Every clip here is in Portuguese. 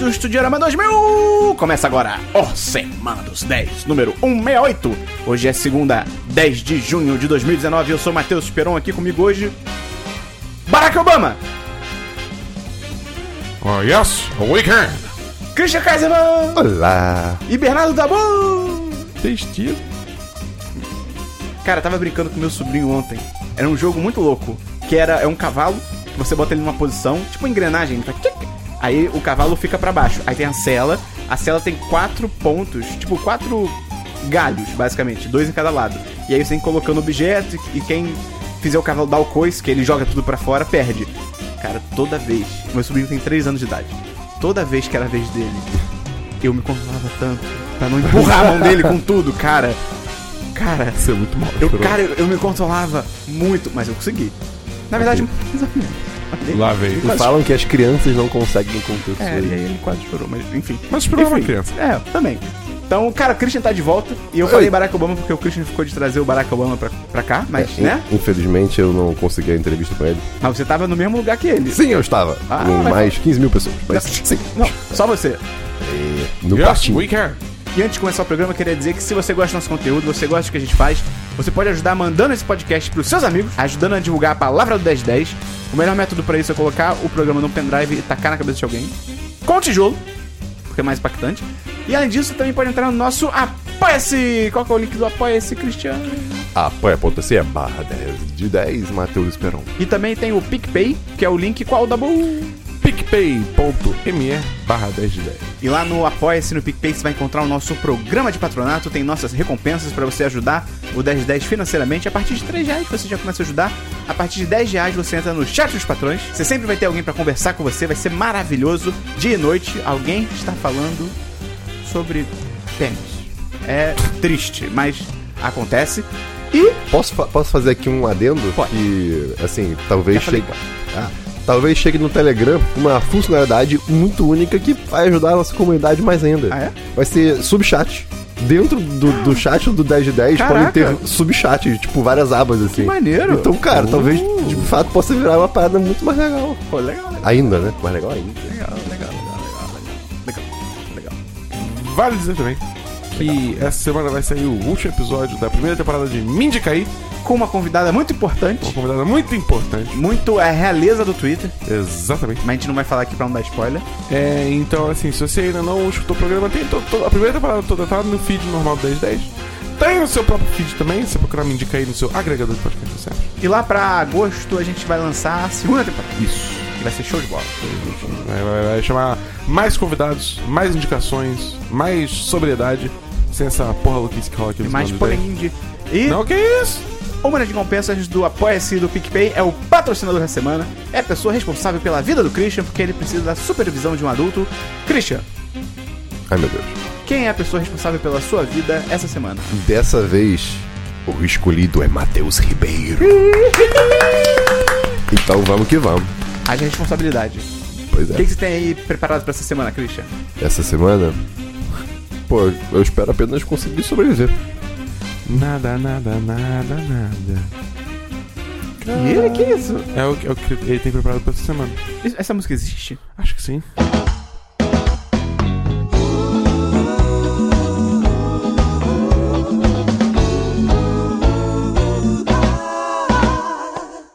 do Estudiorama 2000! Começa agora o Semana dos 10, número 168. Hoje é segunda, 10 de junho de 2019. Eu sou Matheus Peron, aqui comigo hoje. Barack Obama! Oh, yes, a weekend. Christian Kaiserman! Olá. E Bernardo Dabu! Testigo. Cara, eu tava brincando com meu sobrinho ontem. Era um jogo muito louco. Que era é um cavalo, que você bota ele numa posição, tipo engrenagem, ele faz tchic. aí o cavalo fica pra baixo. Aí tem a cela, a cela tem quatro pontos, tipo quatro galhos, basicamente, dois em cada lado. E aí você tem que ir colocando objeto e quem fizer o cavalo dar o coice, que ele joga tudo pra fora, perde. Cara, toda vez. Meu sobrinho tem três anos de idade. Toda vez que era a vez dele, eu me controlava tanto pra não empurrar a mão dele com tudo, cara. Cara, Isso é muito mal. eu, cara, eu, eu me controlava muito, mas eu consegui. Na verdade, mais ou menos. Lá veio. Quase- Falam que as crianças não conseguem conter isso É, e aí aí. ele quase chorou, mas enfim. Mas o problema é Enfim, criança. É, também. Então, cara, o Christian tá de volta. E eu Oi. falei Barack Obama porque o Christian ficou de trazer o Barack Obama pra, pra cá, mas, In- né? Infelizmente eu não consegui a entrevista com ele. Mas você tava no mesmo lugar que ele. Sim, eu estava. Ah, com mas- mais 15 mil pessoas. Mas sim. Não, só você. No Yes, partido. we can. E antes de começar o programa, eu queria dizer que se você gosta do nosso conteúdo, você gosta do que a gente faz, você pode ajudar mandando esse podcast pros seus amigos, ajudando a divulgar a palavra do 1010. O melhor método pra isso é colocar o programa num pendrive e tacar na cabeça de alguém. Com tijolo, porque é mais impactante. E além disso, também pode entrar no nosso Apoia-se! Qual que é o link do Apoia-se, Cristiano? Apoia.se barra 10 de 10, Matheus Esperon. E também tem o PicPay, que é o link qual da boa. picpay.me barra 10 de 10. E lá no Apoia-se no PicPay você vai encontrar o nosso programa de patronato, tem nossas recompensas pra você ajudar o 1010 financeiramente. A partir de 3 reais você já começa a ajudar. A partir de 10 reais você entra no chat dos patrões. Você sempre vai ter alguém pra conversar com você, vai ser maravilhoso. Dia e noite, alguém está falando sobre pênis. É triste, mas acontece. E Posso, fa- posso fazer aqui um adendo? Pode. Que, assim, talvez Já falei chegue. Ah, talvez chegue no Telegram uma funcionalidade muito única que vai ajudar a nossa comunidade mais ainda. Ah, é? Vai ser subchat. Dentro do, do chat do 10 de 10 Caraca. podem ter subchat, tipo, várias abas assim. maneiro. Então, cara, Uh. talvez de fato possa virar uma parada muito mais legal. Pô, legal, legal, Ainda, né? Mais legal ainda. legal, legal, legal, legal, legal. Vale dizer também que essa semana vai sair o último episódio da primeira temporada de Mindicaí, Com uma convidada muito uma importante, convidada muito importante. muito é a realeza do Twitter. Exatamente. Mas a gente não vai falar aqui pra não dar spoiler. É, então, assim, se você ainda não escutou o programa, tem to- to- a primeira temporada toda tá no feed normal do 1010. Tem no seu próprio feed também, você procurar Mindicaí no seu agregador de podcast, tá você acha? E lá pra agosto a gente vai lançar a segunda temporada. Isso. Que vai ser show de bola. Vai, vai- vai chamar mais convidados, mais indicações, mais sobriedade, sem essa porra louquice que rola aqui E nos mais anos porém de. E 10. Não, que isso? uma das recompensas do Apoia-se e do PicPay é o patrocinador da semana. É a pessoa responsável pela vida do Christian, porque ele precisa da supervisão de um adulto. Christian, Ai, meu Deus. quem é a pessoa responsável pela sua vida essa semana? Dessa vez, o escolhido é Matheus Ribeiro. então vamos que vamos. Haja responsabilidade. Pois é. O que que você tem aí preparado pra essa semana, Christian? Essa semana? Pô, eu espero apenas conseguir sobreviver. Nada, nada, nada, nada. E ele, que isso? É o, que- é o que ele tem preparado pra essa semana. Isso- Essa música existe? Acho que sim.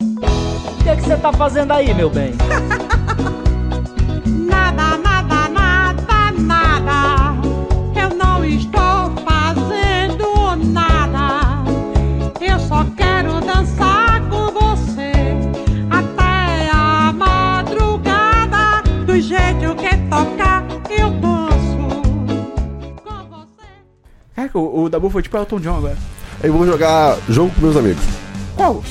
O que é que você tá fazendo aí, meu bem? Nada, nada, nada, nada. Eu não estou fazendo nada. Eu só quero dançar com você até a madrugada. Do jeito que tocar, eu danço com você. Caraca, o, o Dabu foi tipo Elton John agora. Eu vou jogar jogo com meus amigos. Qual?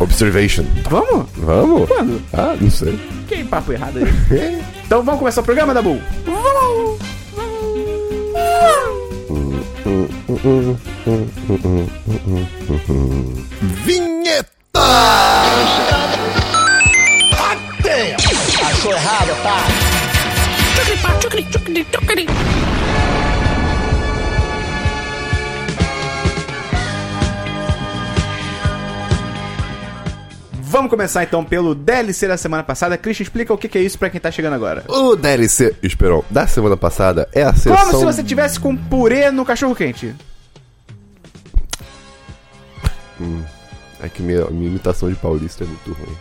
Observation. Vamos? Vamos? Quando? Ah, não sei. Que papo errado aí. Então vamos começar o programa, Dabu? Vamos! Vinheta! Vamos começar então pelo DLC da semana passada. Christian, explica o que que é isso pra quem tá chegando agora. O DLC Esperon da semana passada é a Como sessão... se você tivesse com purê no cachorro quente. É que minha, minha imitação de paulista é muito ruim.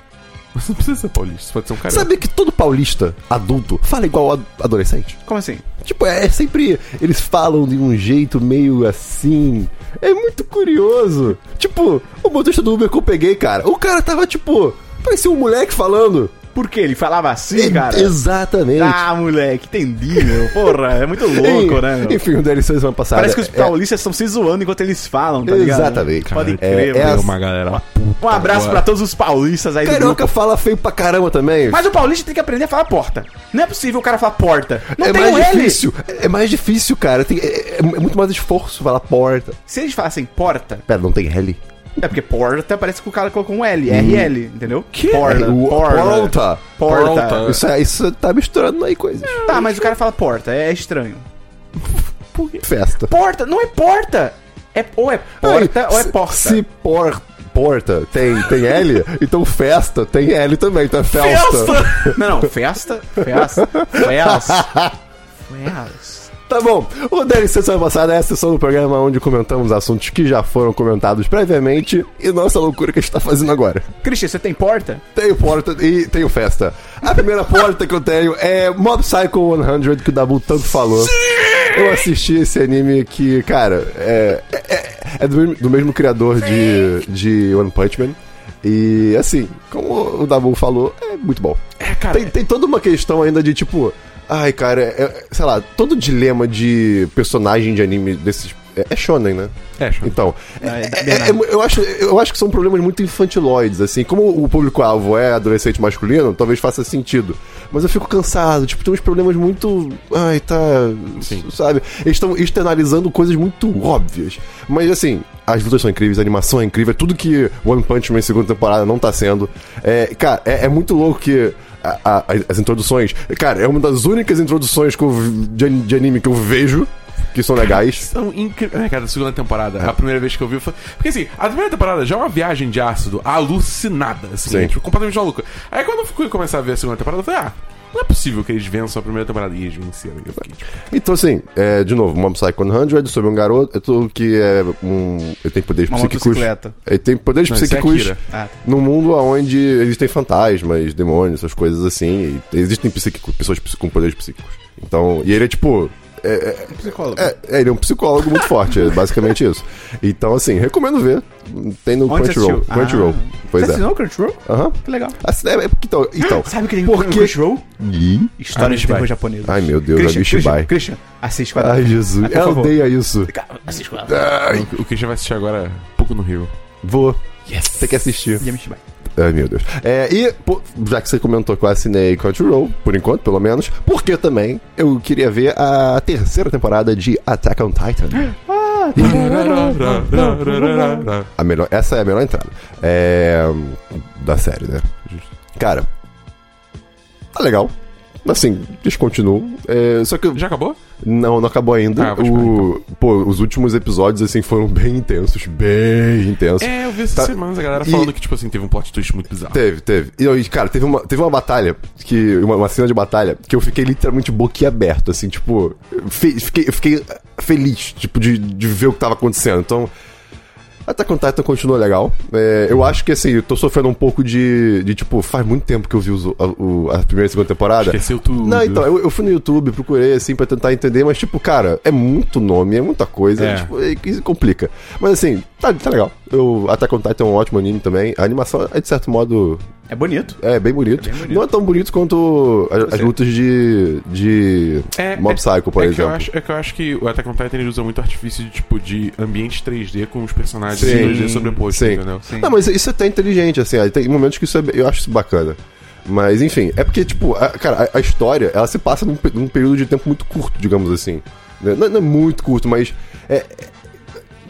Você não precisa ser paulista, você pode ser um carioca. Sabia que todo paulista adulto fala igual ad- adolescente? Como assim? Tipo, é sempre. Eles falam de um jeito meio assim. É muito curioso. Tipo, o motorista do Uber que eu peguei, cara, o cara tava tipo. Parecia um moleque falando. É, Por que ele falava assim, cara? Exatamente. Ah, moleque, entendi, meu. Porra, é muito louco, né, meu? Enfim, o DLC semana passada. Parece que os é- paulistas estão se zoando enquanto eles falam, tá ligado? Exatamente. Pode cara. crer, é, é meu. a- uma galera uma puta Um abraço pra agora. todos os paulistas aí do Carioca grupo. fala feio pra caramba também. Mas o paulista tem que aprender a falar porta. Não é possível o cara falar porta. Não é tem mais um L. difícil. É mais difícil, cara. Tem- é, é- é muito mais esforço falar porta. Se eles falassem porta, Pera, não tem L. é porque porta parece que o cara colocou um L, RL, entendeu? Que? Porta, É, O- porta. Porta. Porta. Porta. Isso, é- isso tá misturando aí coisas. Tá, mas o cara fala porta, é estranho. Festa. Porta, não é porta. É, ou é porta ou é Se- porta. Se por- porta tem, tem L, então festa tem L também, então é festa. Não, não, festa, festa, festa, festa. Tá bom, o DLC semana passada é a sessão do programa onde comentamos assuntos que já foram comentados previamente e nossa loucura que a gente tá fazendo agora. Christian, você tem porta? Tenho porta e tenho festa. A primeira porta que eu tenho é Mob Psycho 100, que o Dabu tanto falou. Eu assisti esse anime que, cara, é, é, é do, mesmo, do mesmo criador de, de One Punch Man. E, assim, como o Dabu falou, é muito bom. cara, tem, tem toda uma questão ainda de, tipo... Ai, cara, é- é- sei lá, todo dilema de personagem de anime desses... É, é shonen, né? É, show. Então, Ah, é é- da é- Bienal. é- eu, acho, eu acho que são problemas muito infantiloides, assim. Como o público-alvo é adolescente masculino, talvez faça sentido. Mas eu fico cansado, tipo, tem uns problemas muito. Ai, tá. Sim. Sabe? Eles estão externalizando coisas muito óbvias. Mas assim, as lutas são incríveis, a animação é incrível, é tudo que One Punch Man segunda temporada não tá sendo. É, cara, é, é muito louco que. a- a- as introduções. Cara, é uma das únicas introduções que eu vi- de, an- de anime que eu vejo que são legais. São incríveis. É, cara, a segunda temporada. A primeira vez que eu vi foi. Porque assim, a primeira temporada já é uma viagem de ácido alucinada, assim, Sim. tipo, completamente maluca. Aí quando eu fui começar a ver a segunda temporada, eu falei, ah, não é possível que eles vençam a primeira temporada. E eles venceram. E eu fiquei, tipo, Então, assim, é, de novo, Mob Psycho 100 sobre um garoto é tudo que é um. Ele tem poderes Uma psíquicos. motocicleta. Ele tem poderes Não, isso é psíquicos Akira. Ah, tá. num mundo onde existem fantasmas, demônios, essas coisas assim. E existem psíquicos, pessoas psí- com poderes psíquicos. Então, e ele é tipo. é- é- psicólogo. é, é, ele é um psicólogo muito forte, é basicamente isso. Então, assim, recomendo ver. Tem no Onde você Crunchyroll. assistiu? Crunchyroll. Ah. Pois você é. assinou o Crunchyroll? Aham. Que legal. Assi- é, é porque então, então. Sabe o Ah. que tem Por no quê? Crunchyroll? Ih, História de Amishibai. terror japonesa. Ai, meu Deus, Christian, Amishibai. Christian, Christian, assiste com a Ai, Jesus. por Eu favor. odeio isso. Cara, Assiste com a Ai, o, o que a gente vai assistir agora é pouco no Rio. vou. Tem que assistir. de Amishibai. Ai, meu Deus. É, e, pô, já que você comentou que eu assinei Crunchyroll, por enquanto, pelo menos, porque também eu queria ver a terceira temporada de Attack on Titan. A melhor, essa é a melhor entrada. É, da série, né? Cara, tá legal. Assim, descontinuo. É, só que Já acabou? não, não acabou ainda. Ah, vou esperar, o, pô, os últimos episódios, assim, foram bem intensos. Bem intensos. É, eu vi essas Tá. semanas a galera E- falando que, tipo assim, teve um plot twist muito bizarro. Teve, teve. E, eu- e, cara, teve uma, teve uma batalha, que, uma, uma cena de batalha, que eu fiquei literalmente boquiaberto, assim, tipo. fe- fiquei, eu fiquei feliz, tipo, de, de ver o que tava acontecendo. Então. Até on Titan continua legal. É, eu acho que, assim, eu tô sofrendo um pouco de, de tipo, faz muito tempo que eu vi os- a, o- a primeira e segunda temporada. Esqueceu tudo. Não, então, eu, eu fui no YouTube, procurei assim pra tentar entender, mas tipo, cara, é muito nome, é muita coisa, É. tipo, é, isso complica. Mas assim, tá, tá legal. Eu, Attack on Titan é um ótimo anime também. A animação é, de certo modo, É bonito. é bem bonito. É bem bonito. Não é tão bonito quanto a- as, sei. lutas de, de Mob Psycho, por é Que eu exemplo. acho, é que eu acho que o Attack on Titan ele usa muito artifício de, tipo, de ambientes 3D com os personagens Sim. em 2D sobreposto, Sim. entendeu? Sim. Não, mas isso é até inteligente, assim, aí tem momentos que isso é, be- eu acho isso bacana. Mas, enfim, é porque, tipo, a- cara, a, a história, ela se passa num, pe- num período de tempo muito curto, digamos assim. Né? Não, não é muito curto, mas é, é-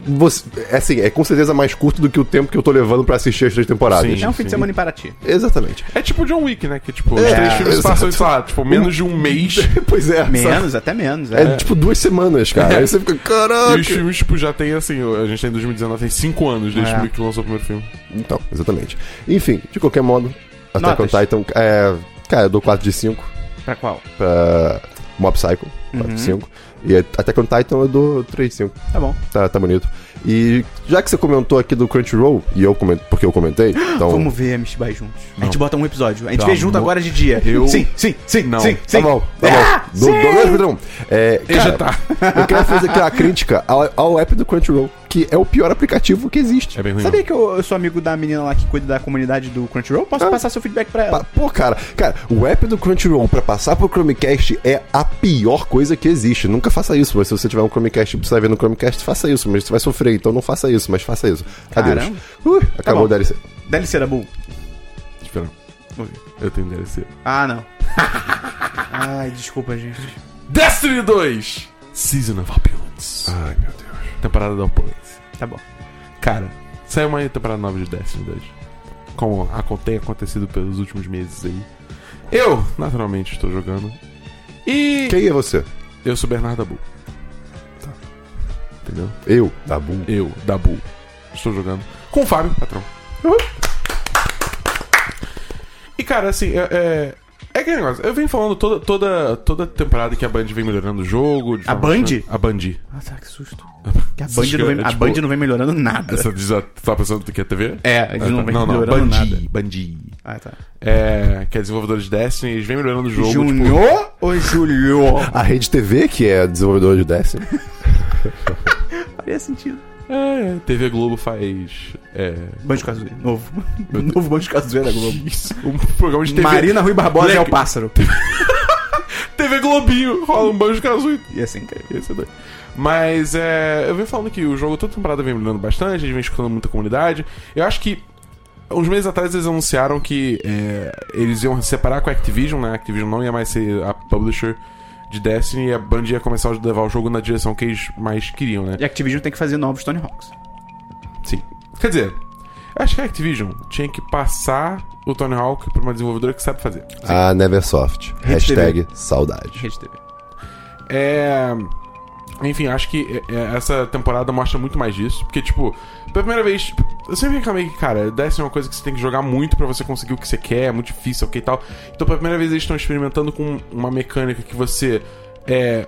você- é assim, é com certeza mais curto do que o tempo que eu tô levando pra assistir as três temporadas. Sim. É um fim de semana em Paraty. Exatamente. É tipo John Wick, né? Que, tipo, os É, três filmes exato. passam, sei lá, tipo, menos de um mês. pois é. sabe? Menos, até menos. É, É. tipo duas semanas, cara. Aí você fica, E os caraca. filmes, tipo, já tem, assim, a gente tem em 2019, tem 5 anos desde É. que lançou o primeiro filme. Então, exatamente. Enfim, de qualquer modo, até Notas. contar, então, é, cara, eu dou 4 de 5 Pra qual? pra Mob Psycho, 4 de 5. E até contar, então, eu dou 3 de 5. Tá bom. Tá, tá bonito. E já que você comentou aqui do Crunchyroll, e eu comentei, porque eu comentei, então. Vamos ver Amish Bai juntos. A gente bota um episódio. A gente Tá, vê junto mo- agora de dia. Eu- Sim, sim, sim, Não. sim, Tá sim. bom, tá Ah, bom. Do, sim! do, Pedrão. É, Ele já cara, eu quero fazer aqui a crítica ao, ao app do Crunchyroll, que é o pior aplicativo que existe. É bem ruim. Sabia que eu, eu sou amigo da menina lá que cuida da comunidade do Crunchyroll? Posso Ah. passar seu feedback pra ela? Pa- Pô, cara, cara, o app do Crunchyroll pra passar pro Chromecast é a pior coisa que existe. Nunca faça isso, mas se você tiver um Chromecast e precisar ver no Chromecast, faça isso, mas você vai sofrer, então não faça isso, mas faça isso. Adeus. Caramba. Tá Uh, acabou bom. o DLC. DLC da Bull. não. Espera. Vou ver. Eu tenho um DLC. Ah, não. Ai, desculpa, gente. Destiny 2! Season of Opulence. Ai, meu Deus. Temporada da Opulence. Tá bom. Cara, saiu uma temporada nova de Destiny 2. Como aco- tem acontecido pelos últimos meses aí. Eu, naturalmente, estou jogando. E Quem é você? eu sou Bernardo Dabu. Tá. Entendeu? Eu, Dabu. Eu, Dabu, estou jogando com o Fábio, patrão. E cara, assim, é, é, é aquele negócio. Eu venho falando toda, toda, toda temporada que a Band vem melhorando o jogo. de A forma- Band? A Band. Ah, tá, que susto. a Vocês Band, não vem, que- a tipo- Band não vem melhorando nada. Essa diz a- tu tá pensando que é TV? É, eles Ah, não tá. vem melhorando Bungie, nada. Bungie. Ah, tá. É, que é desenvolvedor de Destiny, eles vêm melhorando o jogo. Tipo, Junho ou Julio? A Rede TV, que é desenvolvedora de Destiny. Faria sentido. é, TV Globo faz. É, Banjo Kazooie, novo. novo Banjo Kazooie da Globo. um programa de TV. Marina Rui Barbosa Moleque. é o pássaro. TV Globinho, rola um banjo azul. E assim, cara. Esse é doido. Mas é. Eu venho falando que o jogo toda temporada vem melhorando bastante, a gente vem escutando muita comunidade. Eu acho que. Uns meses atrás eles anunciaram que é, eles iam separar com a Activision, né? A Activision não ia mais ser a publisher de Destiny e a Band ia começar a levar o jogo na direção que eles mais queriam, né? E a Activision tem que fazer novos Tony Hawks. Sim. Quer dizer, eu acho que a Activision tinha que passar o Tony Hawk pra uma desenvolvedora que sabe fazer. A Neversoft. Rede Hashtag saudade. Rede TV. É. Enfim, acho que é, é, essa temporada mostra muito mais disso. Porque, tipo, pela primeira vez, eu sempre reclamei que, cara, Destiny é uma coisa que você tem que jogar muito pra você conseguir o que você quer, é muito difícil, ok e tal. Então, pela primeira vez, eles estão experimentando com uma mecânica que você é,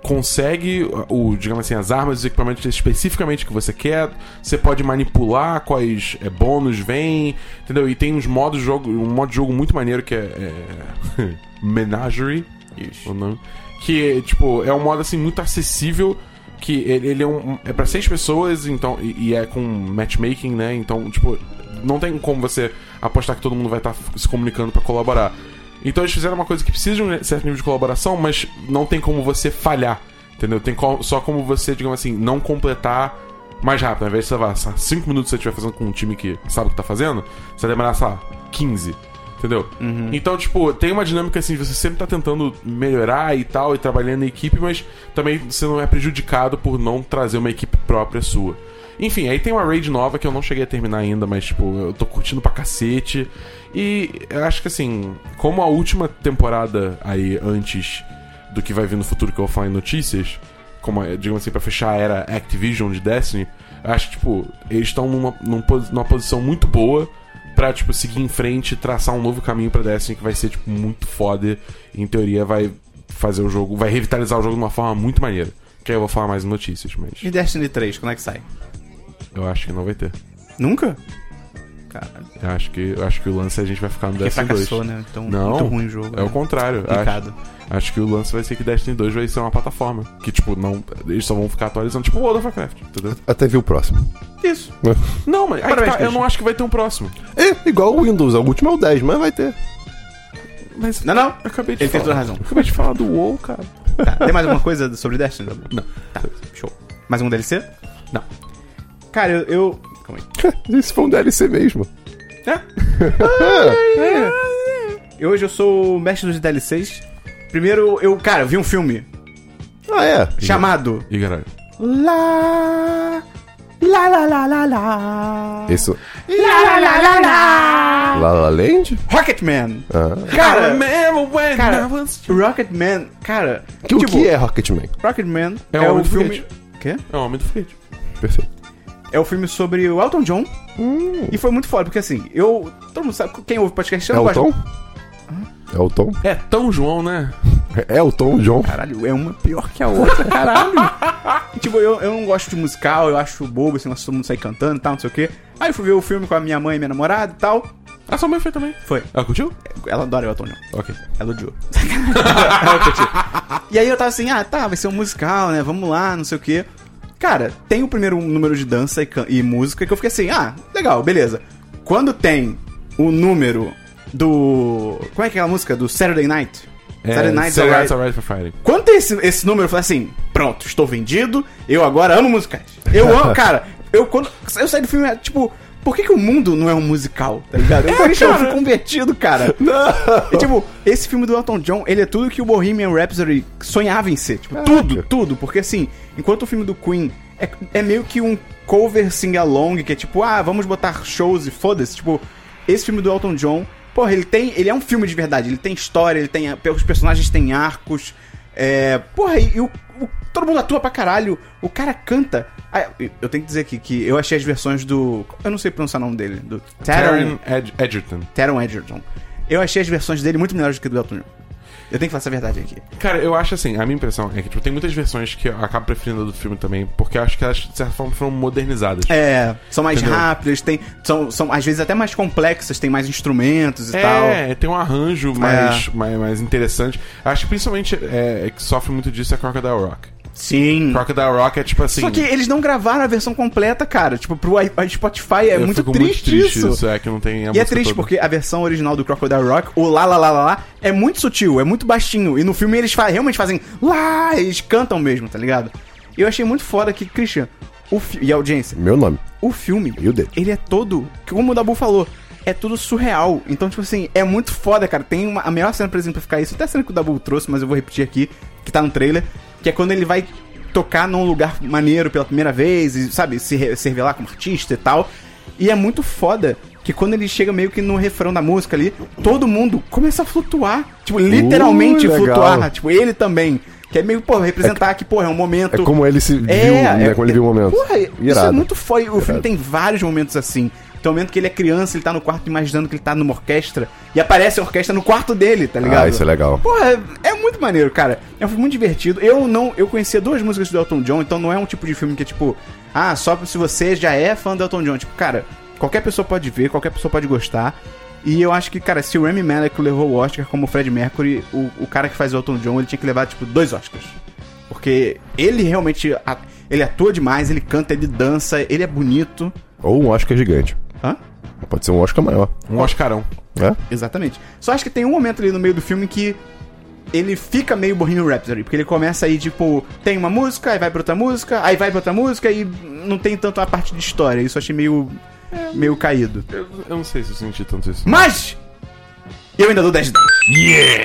consegue, o, digamos assim, as armas e os equipamentos especificamente que você quer. Você pode manipular quais é, bônus vêm, entendeu? E tem uns modos de jogo, um modo de jogo muito maneiro que é. é Menagerie. O nome. Que, tipo, é um modo assim muito acessível. Que ele, ele é um. É pra seis pessoas, então. E, e é com matchmaking, né? Então, tipo, não tem como você apostar que todo mundo vai estar se comunicando pra colaborar. Então eles fizeram uma coisa que precisa de um certo nível de colaboração, mas não tem como você falhar. Entendeu? Tem co- só como você, digamos assim, não completar mais rápido. Ao invés de você levar 5 minutos que você estiver fazendo com um time que sabe o que tá fazendo, você vai demorar, sei lá, 15. Entendeu? Então, tipo, tem uma dinâmica assim, de você sempre tá tentando melhorar e tal, e trabalhando em equipe, mas também você não é prejudicado por não trazer uma equipe própria sua. Enfim, aí tem uma raid nova que eu não cheguei a terminar ainda, mas, tipo, eu tô curtindo pra cacete. E eu acho que, assim, como a última temporada aí antes do que vai vir no futuro que eu vou falar em notícias, como, eh, digamos assim, pra fechar a era Activision de Destiny, acho que, tipo, eles estão numa, num posi- numa posição muito boa pra, tipo, seguir em frente e traçar um novo caminho pra Destiny que vai ser, tipo, muito foda. E, em teoria, vai fazer o jogo, vai revitalizar o jogo de uma forma muito maneira. Que aí eu vou falar mais em notícias, mas E Destiny 3, quando é que sai? eu acho que não vai ter. Nunca? Cara, Eu acho que, eu acho que o lance é a gente vai ficar no porque Destiny 2. fracassou, né? Então, Não, muito ruim o jogo. é o né? contrário. Acho, Complicado. acho que o lance vai ser que Destiny 2 vai ser uma plataforma. Que, tipo, não. Eles só vão ficar atualizando, tipo o World of Warcraft, entendeu? Até vi o próximo. Isso. Não, mas aí Parabéns, que tá, eu Christian. não acho que vai ter um próximo. É, igual o Windows, a última é o 10, mas vai ter. Mas Não, não. eu acabei de Ele tem falar. toda a razão. Eu acabei de falar do WoW, cara. Tá, Tem mais alguma coisa sobre Destiny? Dabu? Não. Tá, show. Mais um DLC? Não. Cara, eu. eu... Calma aí. Isso foi um DLC mesmo. É? É. Eu hoje eu sou o mestre dos DLCs. Primeiro, eu, cara, eu vi um filme Ah, é. chamado Ih, caralho. Lá. Lá, lá, lá, lá, lá. Isso. Lá, lá, lá, lá, lá. La La Land? Rocketman! Ah. I Cara, remember when cara, I was- Rocketman, cara. Que, o que é Rocketman? Rocketman É é, o o Homem do filme. Quê? É o homem do foguete. Perfeito. É o filme sobre o Elton John. Hum. E foi muito foda, porque assim, eu. Todo mundo sabe quem ouve podcast eu É não o gosto- Tom? É o Tom? É tão João, né? É o Tom, John? Caralho, é uma pior que a outra, caralho. E, tipo, eu, eu não gosto de musical, eu acho bobo esse negócio de todo mundo sair cantando e tal, não sei o quê. Aí eu fui ver o filme com a minha mãe e minha namorada e tal. Ah, sua mãe foi também. Foi. Ela curtiu? Ela adora o Elton John. Ok. Ela odiou. Ela curtiu. e aí eu tava assim, ah, tá, vai ser um musical, né? Vamos lá, não sei o quê. Cara, tem o primeiro número de dança e, can- e música que eu fiquei assim, ah, legal, beleza. Quando tem o número do. Como é que é a música? Do Saturday Night? Saturday Night's É, Saturday Night's Alright. Alright for Friday. Quando tem esse, esse número, eu falei assim: pronto, estou vendido, eu agora amo musicais. Eu amo, cara, eu quando. Eu saí do filme, é, tipo, por que, que o mundo não é um musical? Tá ligado? Eu, falei, eu fui convertido, cara. E, tipo, esse filme do Elton John, ele é tudo que o Bohemian Rhapsody sonhava em ser. Tipo, tudo, tudo. Porque assim, enquanto o filme do Queen é, é meio que um cover sing-along, que é tipo, ah, vamos botar shows e foda-se. Tipo, esse filme do Elton John, porra, ele tem. Ele é um filme de verdade, ele tem história, ele tem. Os personagens têm arcos. É. Porra, e, e o, o- todo mundo atua pra caralho. O cara canta. Ah, eu tenho que dizer aqui que eu achei as versões do. Eu não sei pronunciar o nome dele. Do Taron Taryn Ed- Edgerton. Taron Edgerton. Eu achei as versões dele muito melhores do que do Elton John. Eu tenho que falar essa verdade aqui. Cara, eu acho assim, a minha impressão é que tipo, tem muitas versões que eu acabo preferindo a do filme também, porque eu acho que elas, de certa forma, foram modernizadas. É, são mais Entendeu? rápidas, tem, são, são às vezes até mais complexas, tem mais instrumentos e tal. É. É, tem um arranjo mais, mais, mais interessante. Acho que principalmente é, que sofre muito disso é Crocodile Rock. Sim. Crocodile Rock é tipo assim. Só que eles não gravaram a versão completa, cara. Tipo, pro i- a Spotify é eu muito fico triste, isso. É que não tem. a E é música triste toda. porque a versão original do Crocodile Rock, o lá lá lá lá, lá é muito sutil, é muito baixinho. E no filme eles fa- realmente fazem lá, eles cantam mesmo, tá ligado? E eu achei muito foda que, Christian, o fi- e a audiência, Meu nome. o filme, E o dele. ele é todo, como o Dabu falou, é tudo surreal. Então, tipo assim, é muito foda, cara. Tem uma, a melhor cena pra exemplificar isso, até a cena que o Dabu trouxe, mas eu vou repetir aqui, que tá no trailer, que é quando ele vai tocar num lugar maneiro pela primeira vez, e, sabe, se, re- se revelar como artista e tal. E é muito foda que quando ele chega meio que no refrão da música ali, todo mundo começa a flutuar. Tipo, literalmente legal. flutuar. Tipo, ele também. Que é meio, pô, representar que, porra, é um momento. É como ele se viu, né? como ele viu o momento. é, Porra, isso é Irado. muito foda. O filme Irado. tem vários momentos assim. Tem um momento que ele é criança, ele tá no quarto imaginando que ele tá numa orquestra. E aparece a orquestra no quarto dele, tá ligado? Ah, isso é legal. Porra, é, é muito maneiro, cara. É um filme muito divertido. Eu não, eu conhecia duas músicas do Elton John, então não é um tipo de filme que é tipo, ah, só se você já é fã do Elton John. Tipo, cara, qualquer pessoa pode ver, qualquer pessoa pode gostar. E eu acho que, cara, se o Remy Malek levou o Oscar como o Fred Mercury, o, o cara que faz o Elton John, ele tinha que levar, tipo, dois Oscars. Porque ele realmente, a- ele atua demais, ele canta, ele dança, ele é bonito. Ou um Oscar gigante. Hã? Pode ser um Oscar maior. Um Oscarão. né? Exatamente. Só acho que tem um momento ali no meio do filme que ele fica meio Bohemian Rhapsody, porque ele começa aí, tipo, tem uma música, aí vai pra outra música, aí vai pra outra música e não tem tanto a parte de história. Isso eu achei meio. meio caído. Eu, eu não sei se eu senti tanto isso. Mas! Eu ainda dou 10 de 10.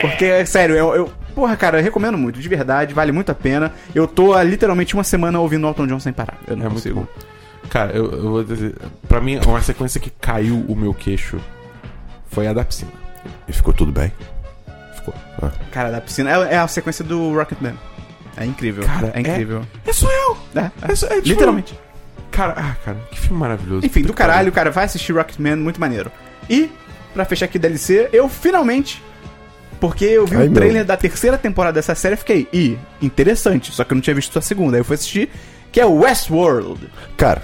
Porque, sério, eu, eu- Porra, cara, eu recomendo muito, de verdade, vale muito a pena. Eu tô há literalmente uma semana ouvindo Elton John sem parar. Eu não É muito consigo. bom. Cara, eu, eu vou dizer. Pra mim, uma sequência que caiu o meu queixo foi a da piscina. E ficou tudo bem. Ficou. Ah. Cara, da piscina. É, é a sequência do Rocketman. É incrível. Cara, é incrível. É só eu! É, é. É só- é, tipo, Literalmente. Cara, ah, cara, que filme maravilhoso. Enfim, Puta do que pariu. caralho, cara, vai assistir Rocketman, muito maneiro. E, pra fechar aqui DLC, eu finalmente. Porque eu vi Ai, o meu. trailer da terceira temporada dessa série e fiquei, ih, interessante, só que eu não tinha visto a segunda. Aí eu fui assistir, que é Westworld. Cara.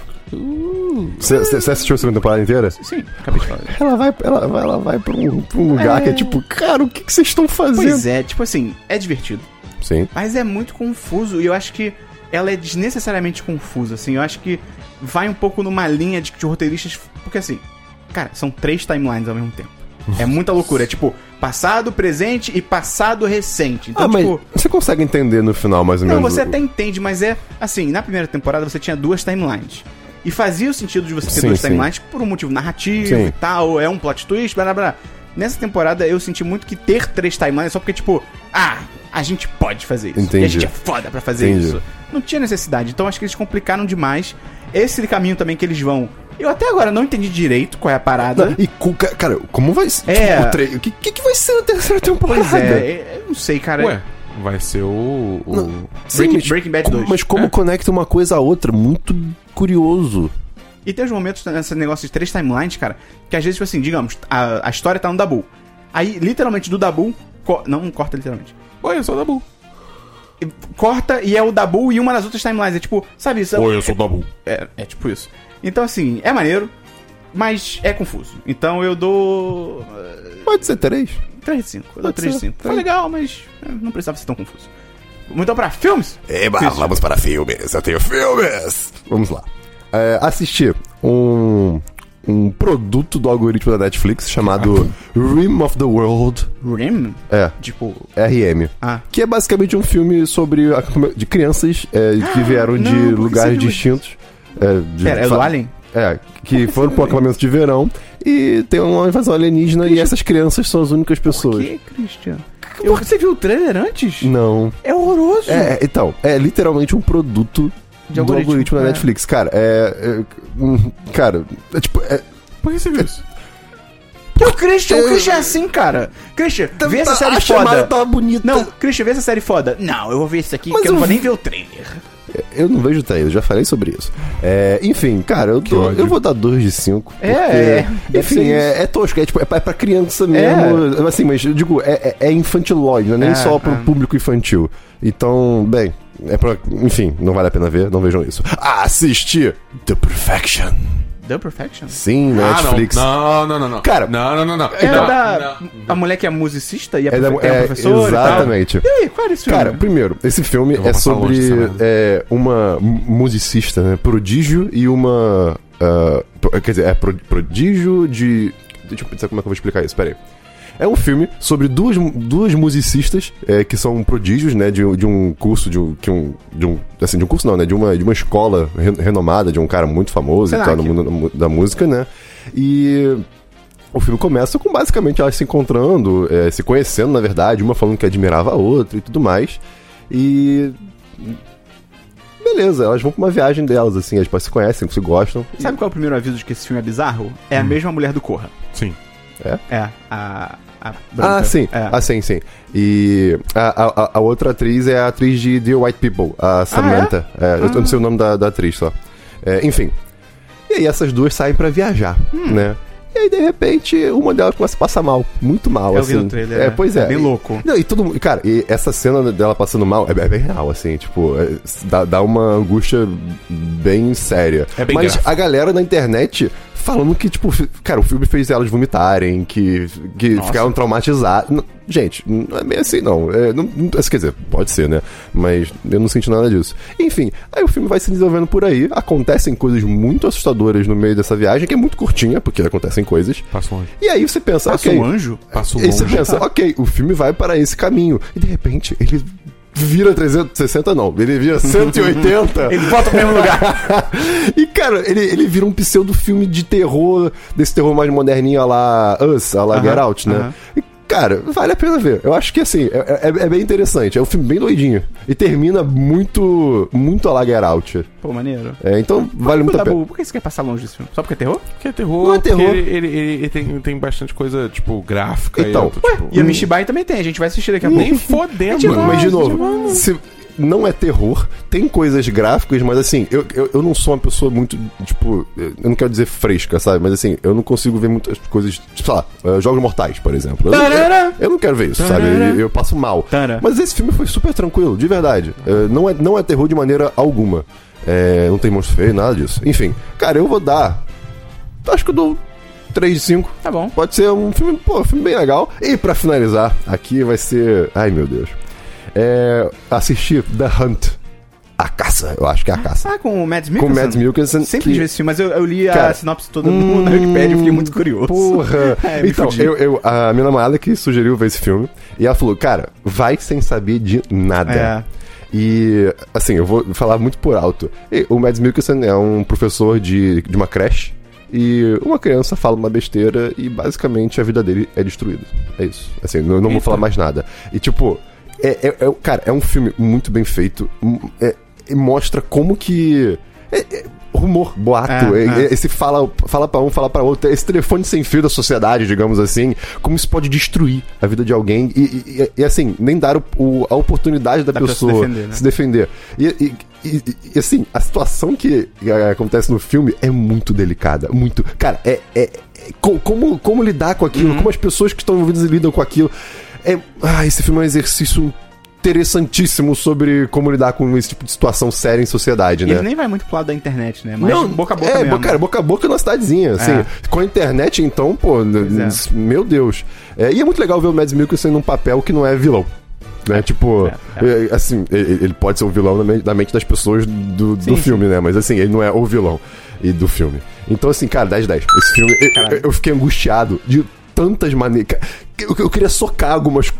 Você assistiu a segunda temporada inteira? Sim, acabei de falar. Ela vai, ela, vai- ela vai pra um, pra um lugar que é tipo, cara, o que que vocês estão fazendo? Pois é, tipo assim, é divertido. Sim. Mas é muito confuso e eu acho que ela é desnecessariamente confusa, assim. Eu acho que vai um pouco numa linha de, de roteiristas. Porque assim, cara, são três timelines ao mesmo tempo. É muita loucura. É tipo, passado, presente e passado recente. Então, ah, mas tipo. você consegue entender no final, mais ou Não, menos. você o- até entende, mas é assim, na primeira temporada você tinha duas timelines. E fazia o sentido de você ter Sim, duas sim. timelines por um motivo narrativo Sim. e tal, é um plot twist, blá blá blá. Nessa temporada eu senti muito que ter três timelines é só porque, tipo, ah, a gente pode fazer isso. Entendi. E a gente é foda pra fazer Entendi. isso. Não tinha necessidade. Então acho que eles complicaram demais esse caminho também que eles vão. Eu até agora não entendi direito qual é a parada. Não, e, cu- ca- cara, como vai ser? tipo, É. o tre- o que, que, que vai ser na terceira temporada? Pois é, eu não sei, cara. Ué, vai ser o. o- Breaking- mas Breaking Bad como- 2. Mas como É. conecta uma coisa a outra? Muito curioso. E tem os momentos nesse negócio de três timelines, cara, que às vezes, tipo assim, digamos, a, a história tá no Dabu. Aí, literalmente, do Dabu. co- não corta literalmente. Oi, eu sou o Dabu. E- Corta e é o Dabu e uma das outras timelines. É tipo, sabe isso? é- eu sou o Dabu. É, é tipo isso. Então, assim, é maneiro, mas é confuso. Então eu dou. eh, Pode ser três. 3 de 5. Eu dou Pode 3 de ser, 5. tá Foi aí. legal, mas eh, não precisava ser tão confuso. Então, pra filmes? Eba, Cristo. É, vamos para filmes. Eu tenho filmes. Vamos lá. É, assisti um, um produto do algoritmo da Netflix Ah. chamado Rim of the World. Rim? É, Tipo. RM. Ah. Que é basicamente um filme sobre a- de crianças é, que vieram não, de porque você lugares viu distintos. É, de- Pera, é do fa- Alien? É, que foram para um acampamento de verão e tem uma invasão alienígena e essas crianças são as únicas pessoas. Que, Christian? Eu, você viu o trailer antes? Não. É horroroso. É, é, então, é literalmente um produto De do algoritmo, algoritmo, da é. Netflix. Cara, é. é, hum, cara, é tipo. é- Por que você viu isso? O Christian, o Eu- Christian é assim, cara. Christian, vê essa tá- série a foda. chamada tava bonita. Não, Christian, vê essa série foda. Não, eu vou ver isso aqui Mas porque eu não eu vou vi- nem ver o trailer. Eu não vejo trailer, já falei sobre isso. É, enfim, cara, eu, dou- ódio. eu vou dar 2 de 5. É, é, enfim, Enfim, é, é tosco, é, tipo, é pra, é pra criança mesmo. Assim, mas eu digo, é, é é infantiloide, não é nem É, só pro é. público infantil. Então, bem, é pra. Enfim, não vale a pena ver, não vejam isso. Assisti The Perfection. The Perfection? Sim, Netflix. Ah, não. não, não, não, não. Cara, não, não, não, não. É não, da. não. A mulher que é musicista e é, É da- profe- é, é, professora. exatamente. E, tal. e aí, qual era esse filme? Cara, primeiro, esse filme Eu vou é passar sobre longe dessa merda. é, uma mu- musicista, né? Prodígio e uma. ah, pro- quer dizer, é pro- prodígio de. Deixa eu pensar como é que eu vou explicar isso, peraí. É um filme sobre duas, mu- duas musicistas é, que são prodígios, né? De, um- de um curso, de um, que um, de um. Assim, de um curso não, né? De uma, de uma escola re- renomada, de um cara muito famoso e Senac. tal, no mundo da mu- da música, né? E. O filme começa com basicamente elas se encontrando, eh, se conhecendo, na verdade, uma falando que admirava a outra e tudo mais. E. Beleza, elas vão pra uma viagem delas, assim, elas se conhecem, se gostam. Sabe qual é o primeiro aviso de que esse filme é bizarro? É a Hum. mesma mulher do Corra. Sim. É, a. a branca. Ah, sim. É. Ah, sim, sim. E a, a- a- a outra atriz é a atriz de The White People, Ah, a Samantha. É, eu não sei o nome da, da atriz só. É, enfim. E aí essas duas saem pra viajar, Hum. né? E aí, de repente, uma delas começa a passar mal. Muito mal, Eu assim. vi no trailer, É, é. pois é. É bem louco. Não, e todo mundo. Cara, e essa cena dela passando mal é, é bem real, assim, tipo, é, dá, dá uma angústia bem séria. É bem Mas gráfico. a galera na internet falando que, tipo, fi- cara, o filme fez elas vomitarem, que, que ficaram traumatizadas. N- Gente, não é bem assim, não. É, não, não- Quer dizer, pode ser, né? Mas eu não senti nada disso. Enfim, aí o filme vai se desenvolvendo por aí. Acontecem coisas muito assustadoras no meio dessa viagem, que é muito curtinha, porque acontecem coisas. Passou longe. E aí você pensa, Passa ok. um anjo? Passou E aí você longe. pensa, ok, o filme vai para esse caminho. E de repente, ele vira 360, não, ele vira 180. Ele volta pro mesmo lugar. e, cara, ele, ele vira um pseudo-filme de terror, desse terror mais moderninho, a lá Us, a lá Aham, Get Out, né? aham. E, cara, vale a pena ver. Eu acho que, assim, é, é- é bem interessante. É um filme bem doidinho. E termina muito, muito a lá Get Out. Pô, maneiro. É, então, Ah, vale muito a pena. Dabu, por que você quer passar longe desse filme? Só porque é terror? Porque é terror. Não é terror. porque Ele, ele, ele- ele tem, tem bastante coisa, tipo, gráfica. e Então, outro, ué, Hum. tipo, E a Mishibai também tem, a gente vai assistir daqui a pouco. nem fodendo. Mano, mas de novo, se não é terror, tem coisas gráficas, mas assim, eu, eu, eu não sou uma pessoa muito, tipo, eu não quero dizer fresca, sabe? Mas assim, eu não consigo ver muitas coisas, tipo, sei lá, eh, Jogos Mortais, por exemplo. Eu, não- Tarará! eu não quero ver isso, sabe? Eu, eu passo mal. Tará. Mas esse filme foi super tranquilo, de verdade. Eh, não, é, não é terror de maneira alguma. Eh, não tem monstro feio, nada disso. Enfim, cara, eu vou dar. Acho que eu dou 3 de 5. Tá bom. Pode ser um filme, pô, um filme bem legal. E pra finalizar, aqui vai ser. Ai meu Deus. É. Assistir The Hunt. A caça, eu acho que é a caça. Ah, com o Mads Mikkelsen? Com Mads Mikkelsen. Sempre que- vi esse filme, mas eu, eu li a Cara, hum, sinopse toda no na Wikipedia e fiquei muito curioso. Porra! É, me então, fudi. eu, eu- a minha namorada que sugeriu ver esse filme, e ela falou, cara, vai sem saber de nada. É. E, assim, eu vou falar muito por alto. E o Mads Mikkelsen é um professor de, de uma creche, e uma criança fala uma besteira e basicamente a vida dele é destruída. É isso. Assim, não, não vou falar mais nada. E tipo, É, é- é- cara, é um filme muito bem feito. m- é- e mostra como que. é- é rumor, boato. É, é- é. é- esse fala, fala pra um, fala pra outro. Esse telefone sem fio da sociedade, digamos assim. Como isso pode destruir a vida de alguém. E, e- e- e, assim, nem dar o- o- a oportunidade da, Da pessoa se pessoa, defender, né? se defender. E, e- e- e, assim, a situação que eh, acontece no filme é muito delicada. Muito. Cara, é. é- é- co- como, como lidar com Uhum. aquilo? Como as pessoas que estão envolvidas lidam com aquilo? É, ah, esse filme é um exercício interessantíssimo sobre como lidar com esse tipo de situação séria em sociedade, E Ele né? nem vai muito pro lado da internet, né? Mas boca a boca é, mesmo. Cara, boca a boca na cidadezinha, assim. É. Com a internet, então, pô, n- é. s- meu Deus. É, e é muito legal ver o Mads Mikkelsen num papel que não é vilão. Né? Tipo, é, assim, e- e- ele pode ser o vilão na men- na mente das pessoas do, do Sim, filme, né? Mas assim, ele não é o vilão e do filme. Então, assim, cara, 10 10. Esse filme, eu- eu, eu fiquei angustiado de tantas maneiras. Eu, eu queria socar algumas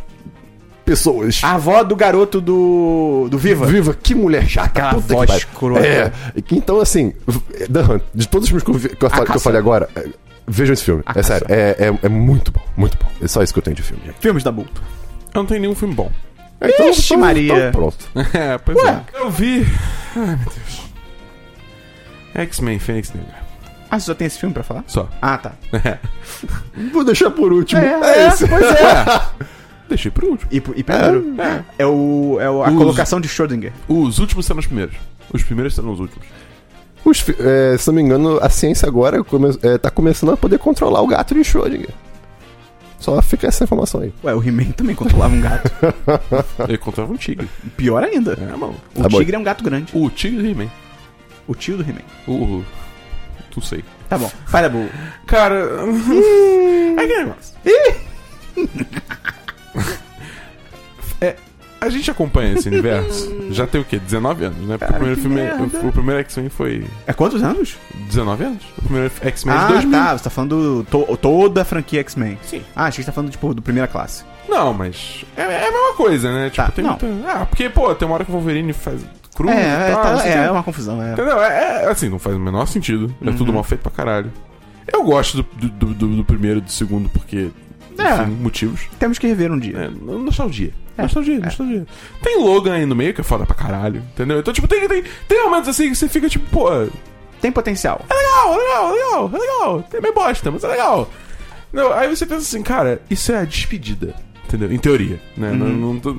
pessoas. A avó do garoto do. do Viva. Viva, que mulher chata. Aquela puta que voz pariu. escrota. É. Então, assim, v- The Hunt, de todos os filmes que eu, vi- que eu fa- que eu Caça. falei agora, é, vejam esse filme. é Caça. sério. É, é- é muito bom, muito bom. É só isso que eu tenho de filme, gente. Filmes da Bulto. Eu não tenho nenhum filme bom. Então, Ixi, então- Maria. então pronto. É, pois é. Eu vi. Ai, meu Deus. X-Men Fênix Negra. Ah, você só tem esse filme pra falar? Só. Ah, tá. Vou deixar por último. É, esse. pois é. Deixei pro último. E, e primeiro, Ah. é, o, é o- a Os- colocação de Schrödinger. Os últimos serão os primeiros. Os primeiros serão os últimos. Os fi- é, se não me engano, a ciência agora come- é, tá começando a poder controlar o gato de Schrödinger. Só fica essa informação aí. Ué, o He-Man também controlava um gato. Eu encontrava um tigre. Pior ainda. É, mano. O Tá bom. tigre é um gato grande. O tigre do He-Man. O tio do He-Man. O. o- Não sei. Tá bom. Para, Bull. Cara. é que negócio. É, a gente acompanha esse universo. Já tem o quê? 19 anos, né? Porque o primeiro que filme. merda. O, o primeiro X-Men foi É quantos anos? 19 anos? O primeiro X-Men é de Ah, 2000. tá. Você tá falando to- toda a franquia X-Men. Sim. Ah, achei que você tá falando, tipo, do primeira classe. Não, mas. É, é a mesma coisa, né? Tipo, Tá, tem não. muita. Ah, porque, pô, tem uma hora que o Wolverine faz cruz é, e é, tal. tá- não sei o é, quê. é uma confusão. É. Entendeu? É, é, assim, não faz o menor sentido. É Uhum. tudo mal feito pra caralho. Eu gosto do, do, do- do primeiro e do segundo, porque. É. Enfim, motivos. Temos que rever um dia. É, no- nostalgia. é. Nostalgia, nostalgia. Tem Logan aí no meio, que é foda pra caralho, entendeu? Então, tipo, tem, tem, tem momentos assim que você fica tipo, pô, é Tem potencial. legal, é legal, é legal, é legal. Tem meio bosta, mas é legal. Não, aí você pensa assim, cara, isso é a despedida, entendeu? Em teoria, né? Não- não tô-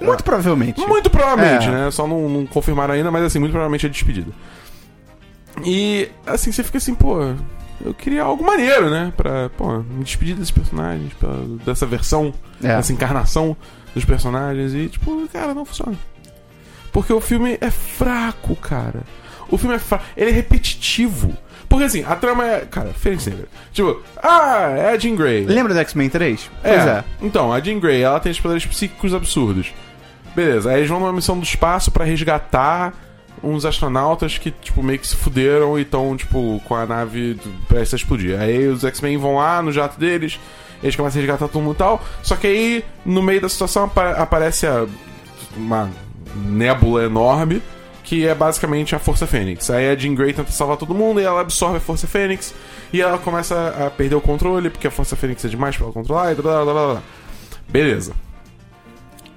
Muito provavelmente. É. muito provavelmente, É. né? Só não, não confirmaram ainda, mas assim, muito provavelmente é despedida. E assim, você fica assim, pô, eu queria algo maneiro, né? Pra, pô, me despedir desses personagens, pra, dessa versão, É. dessa encarnação dos personagens. E, tipo, cara, não funciona. Porque o filme é fraco, cara. O filme é fraco. Ele é repetitivo. Porque assim, a trama é. Cara, Fênix Negra. Tipo, ah, é a Jean Grey. Lembra do X-Men 3? É. Pois é. Então, a Jean Grey, ela tem os poderes psíquicos absurdos. Beleza, aí eles vão numa missão do espaço pra resgatar uns astronautas que, tipo, meio que se fuderam e estão, tipo, com a nave do- prestes a explodir. Aí os X-Men vão lá no jato deles, eles começam a resgatar todo mundo e tal. Só que aí, no meio da situação, apa- aparece a- uma nébula enorme que é basicamente a Força Fênix. Aí a Jean Grey tenta salvar todo mundo e ela absorve a Força Fênix e ela começa a perder o controle porque a Força Fênix é demais pra ela controlar e blá blá blá blá. blá. Beleza.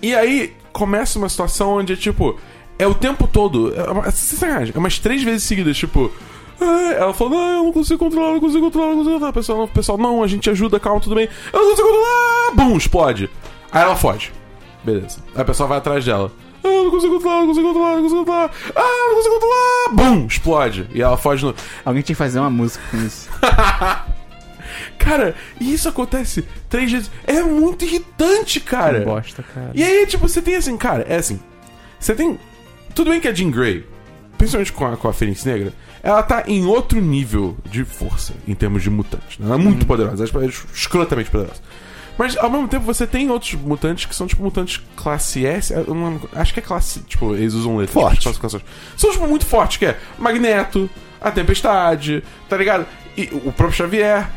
E aí começa uma situação onde é tipo. É o tempo todo. É uma, sem sacanagem, é umas três vezes seguidas, tipo. "Ah", Ela falou, não, eu não consigo controlar, eu não consigo controlar, eu não consigo controlar. O pessoal, não, o pessoal, não, a gente ajuda, calma, tudo bem. Eu não consigo controlar! Bum, explode. Aí ela foge. Beleza. Aí o pessoal vai atrás dela. Ah, eu não consigo controlar, eu não consigo controlar, eu não consigo controlar. Ah, eu não consigo controlar! Bum, explode. E ela foge no. Alguém tinha que fazer uma música com isso. Cara, e isso acontece três vezes. É muito irritante, cara. Bosta, cara. E aí, tipo, você tem assim, cara, é assim. Você tem. Tudo bem que a Jean Grey, principalmente com a, com a Fênix Negra, ela tá em outro nível de força em termos de mutantes. né? Ela é muito poderosa, ela é escrotamente poderosa. Mas ao mesmo tempo você tem outros mutantes que são tipo mutantes classe S. eu não lembro- acho que é classe. Tipo, eles usam letras. Forte. tipo, classificações. São tipo muito fortes, que é Magneto, a Tempestade, tá ligado? E o próprio Xavier.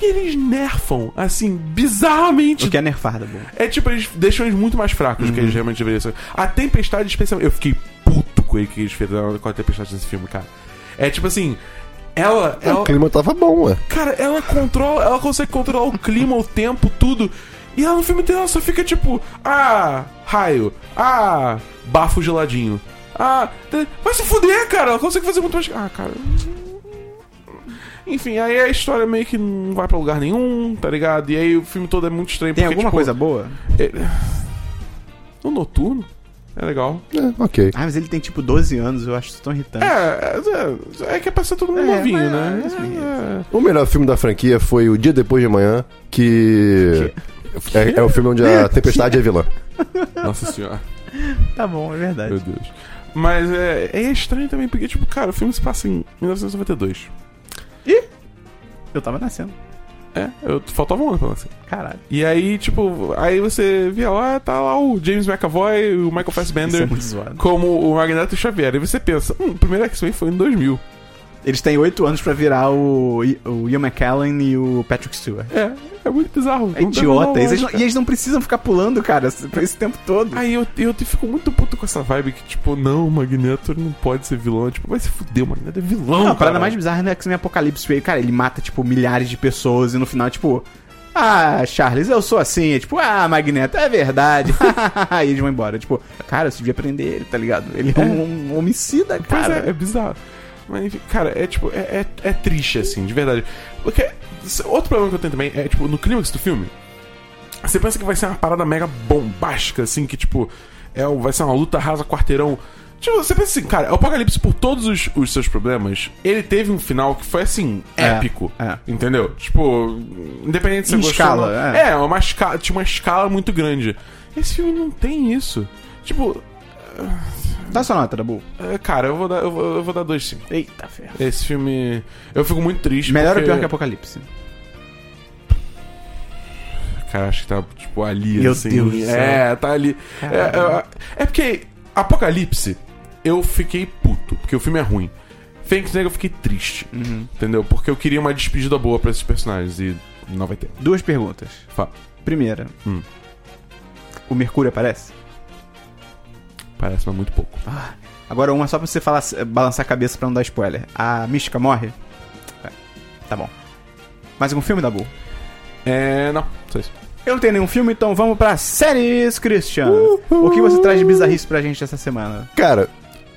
E eles nerfam, assim, bizarramente O que é nerfada, Bull. é tipo, eles deixam eles muito mais fracos do Uhum. que eles realmente deveriam ser. A Tempestade, especialmente. Eu fiquei puto com ele que eles fizeram com a Tempestade nesse filme, cara. É tipo assim. Ela. O É ela clima tava bom, ué. cara, ela controla. Ela consegue controlar o clima, o tempo, tudo. E ela no filme dela só fica tipo, ah, raio, ah, bafo geladinho. Ah, te- vai se fuder, cara, ela consegue fazer muito mais. Ah, cara. Enfim, aí a história meio que não vai pra lugar nenhum, tá ligado? E aí o filme todo é muito estranho. Tem porque, alguma tipo, coisa boa? ele- O noturno é legal. É, ok. Ah, mas ele tem tipo 12 anos, eu acho isso tão irritante. É, é, é que é pra ser todo mundo É, novinho, mas- né? mas mesmo. É, O melhor filme da franquia foi O Dia Depois de Amanhã, que. É, é o filme onde a tempestade é vilã. é. Nossa senhora, Tá bom, é meu verdade. Deus. Mas é, é estranho também, porque, tipo, cara, o filme se passa em 1992. Eu tava nascendo. É, eu, faltava um ano pra nascer. Caralho. E aí, tipo, aí você via lá, tá lá o James McAvoy, o Michael Isso é Fassbender, muito zoado. como o Magneto Xavier. E você pensa, hum, o primeiro X-Men foi em 2000. Eles têm 8 anos pra virar o, o Ian McKellen e o Patrick Stewart. É, é muito bizarro. É idiota. Eles, não- e eles não precisam ficar pulando, cara, esse- esse tempo todo. Aí eu, eu te fico muito puto com essa vibe que, tipo, não, o Magneto não pode ser vilão. Tipo, vai se fuder, o Magneto é vilão. Não, a cara. parada mais bizarra é no X-Men Apocalipse Way, cara, ele mata, tipo, milhares de pessoas e no final, tipo, ah, Charles, eu sou assim. É tipo, ah, Magneto, é verdade. e eles vão embora. Tipo, cara, você devia prender ele, tá ligado? Ele é um, um homicida, Pois cara. é, é bizarro. Mas, enfim, cara, é tipo, é, é, é triste, assim, de verdade. Porque. se- Outro problema que eu tenho também é, tipo, no clímax do filme, você pensa que vai ser uma parada mega bombástica, assim, que, tipo, é, um- vai ser uma luta rasa quarteirão. Tipo, você pensa assim, cara, o Apocalipse, por todos os, os seus problemas, ele teve um final que foi, assim, É, épico. é. Entendeu? Tipo, independente se Em você gostou ou não. escala, É, uma escala, tinha uma escala muito grande. Esse filme não tem isso. Tipo, Dá sua nota, Dabu. eh, cara, eu vou dar, eu vou, eu vou dar dois sim. Eita ferro. Esse filme. Eu fico muito triste. Melhor ou porque- pior que Apocalipse? Cara, acho que tá, tipo, ali, Meu assim. Deus do céu. É, tá ali. É, é, é porque Apocalipse, eu fiquei puto, porque o filme é ruim. Fênix Negra eu fiquei triste, entendeu? Porque eu queria uma despedida boa pra esses personagens e não vai ter. Duas perguntas. Fala. Primeira. Hum. O Mercúrio aparece? Parece, mas muito pouco. Agora uma só pra você falar, balançar a cabeça pra não dar spoiler. A Mística morre? É, Tá bom. Mais algum filme, Dabu? É, não, só isso. Eu não tenho nenhum filme, então vamos pra séries, Christian. O que você traz de bizarrice pra gente essa semana? Cara,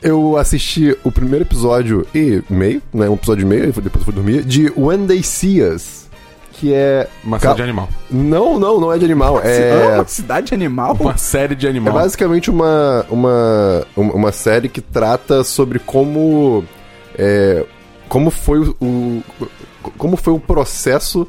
eu assisti o primeiro episódio e meio, né? Um episódio e meio, depois eu fui dormir, de When They See Us. Que é. Uma Cal- série de animal. Não, não, não é de animal. É. Ah, Cidade Animal? Uma série de É animal. basicamente uma, uma, um- uma série que trata sobre como. é, como foi o, o- Como foi o processo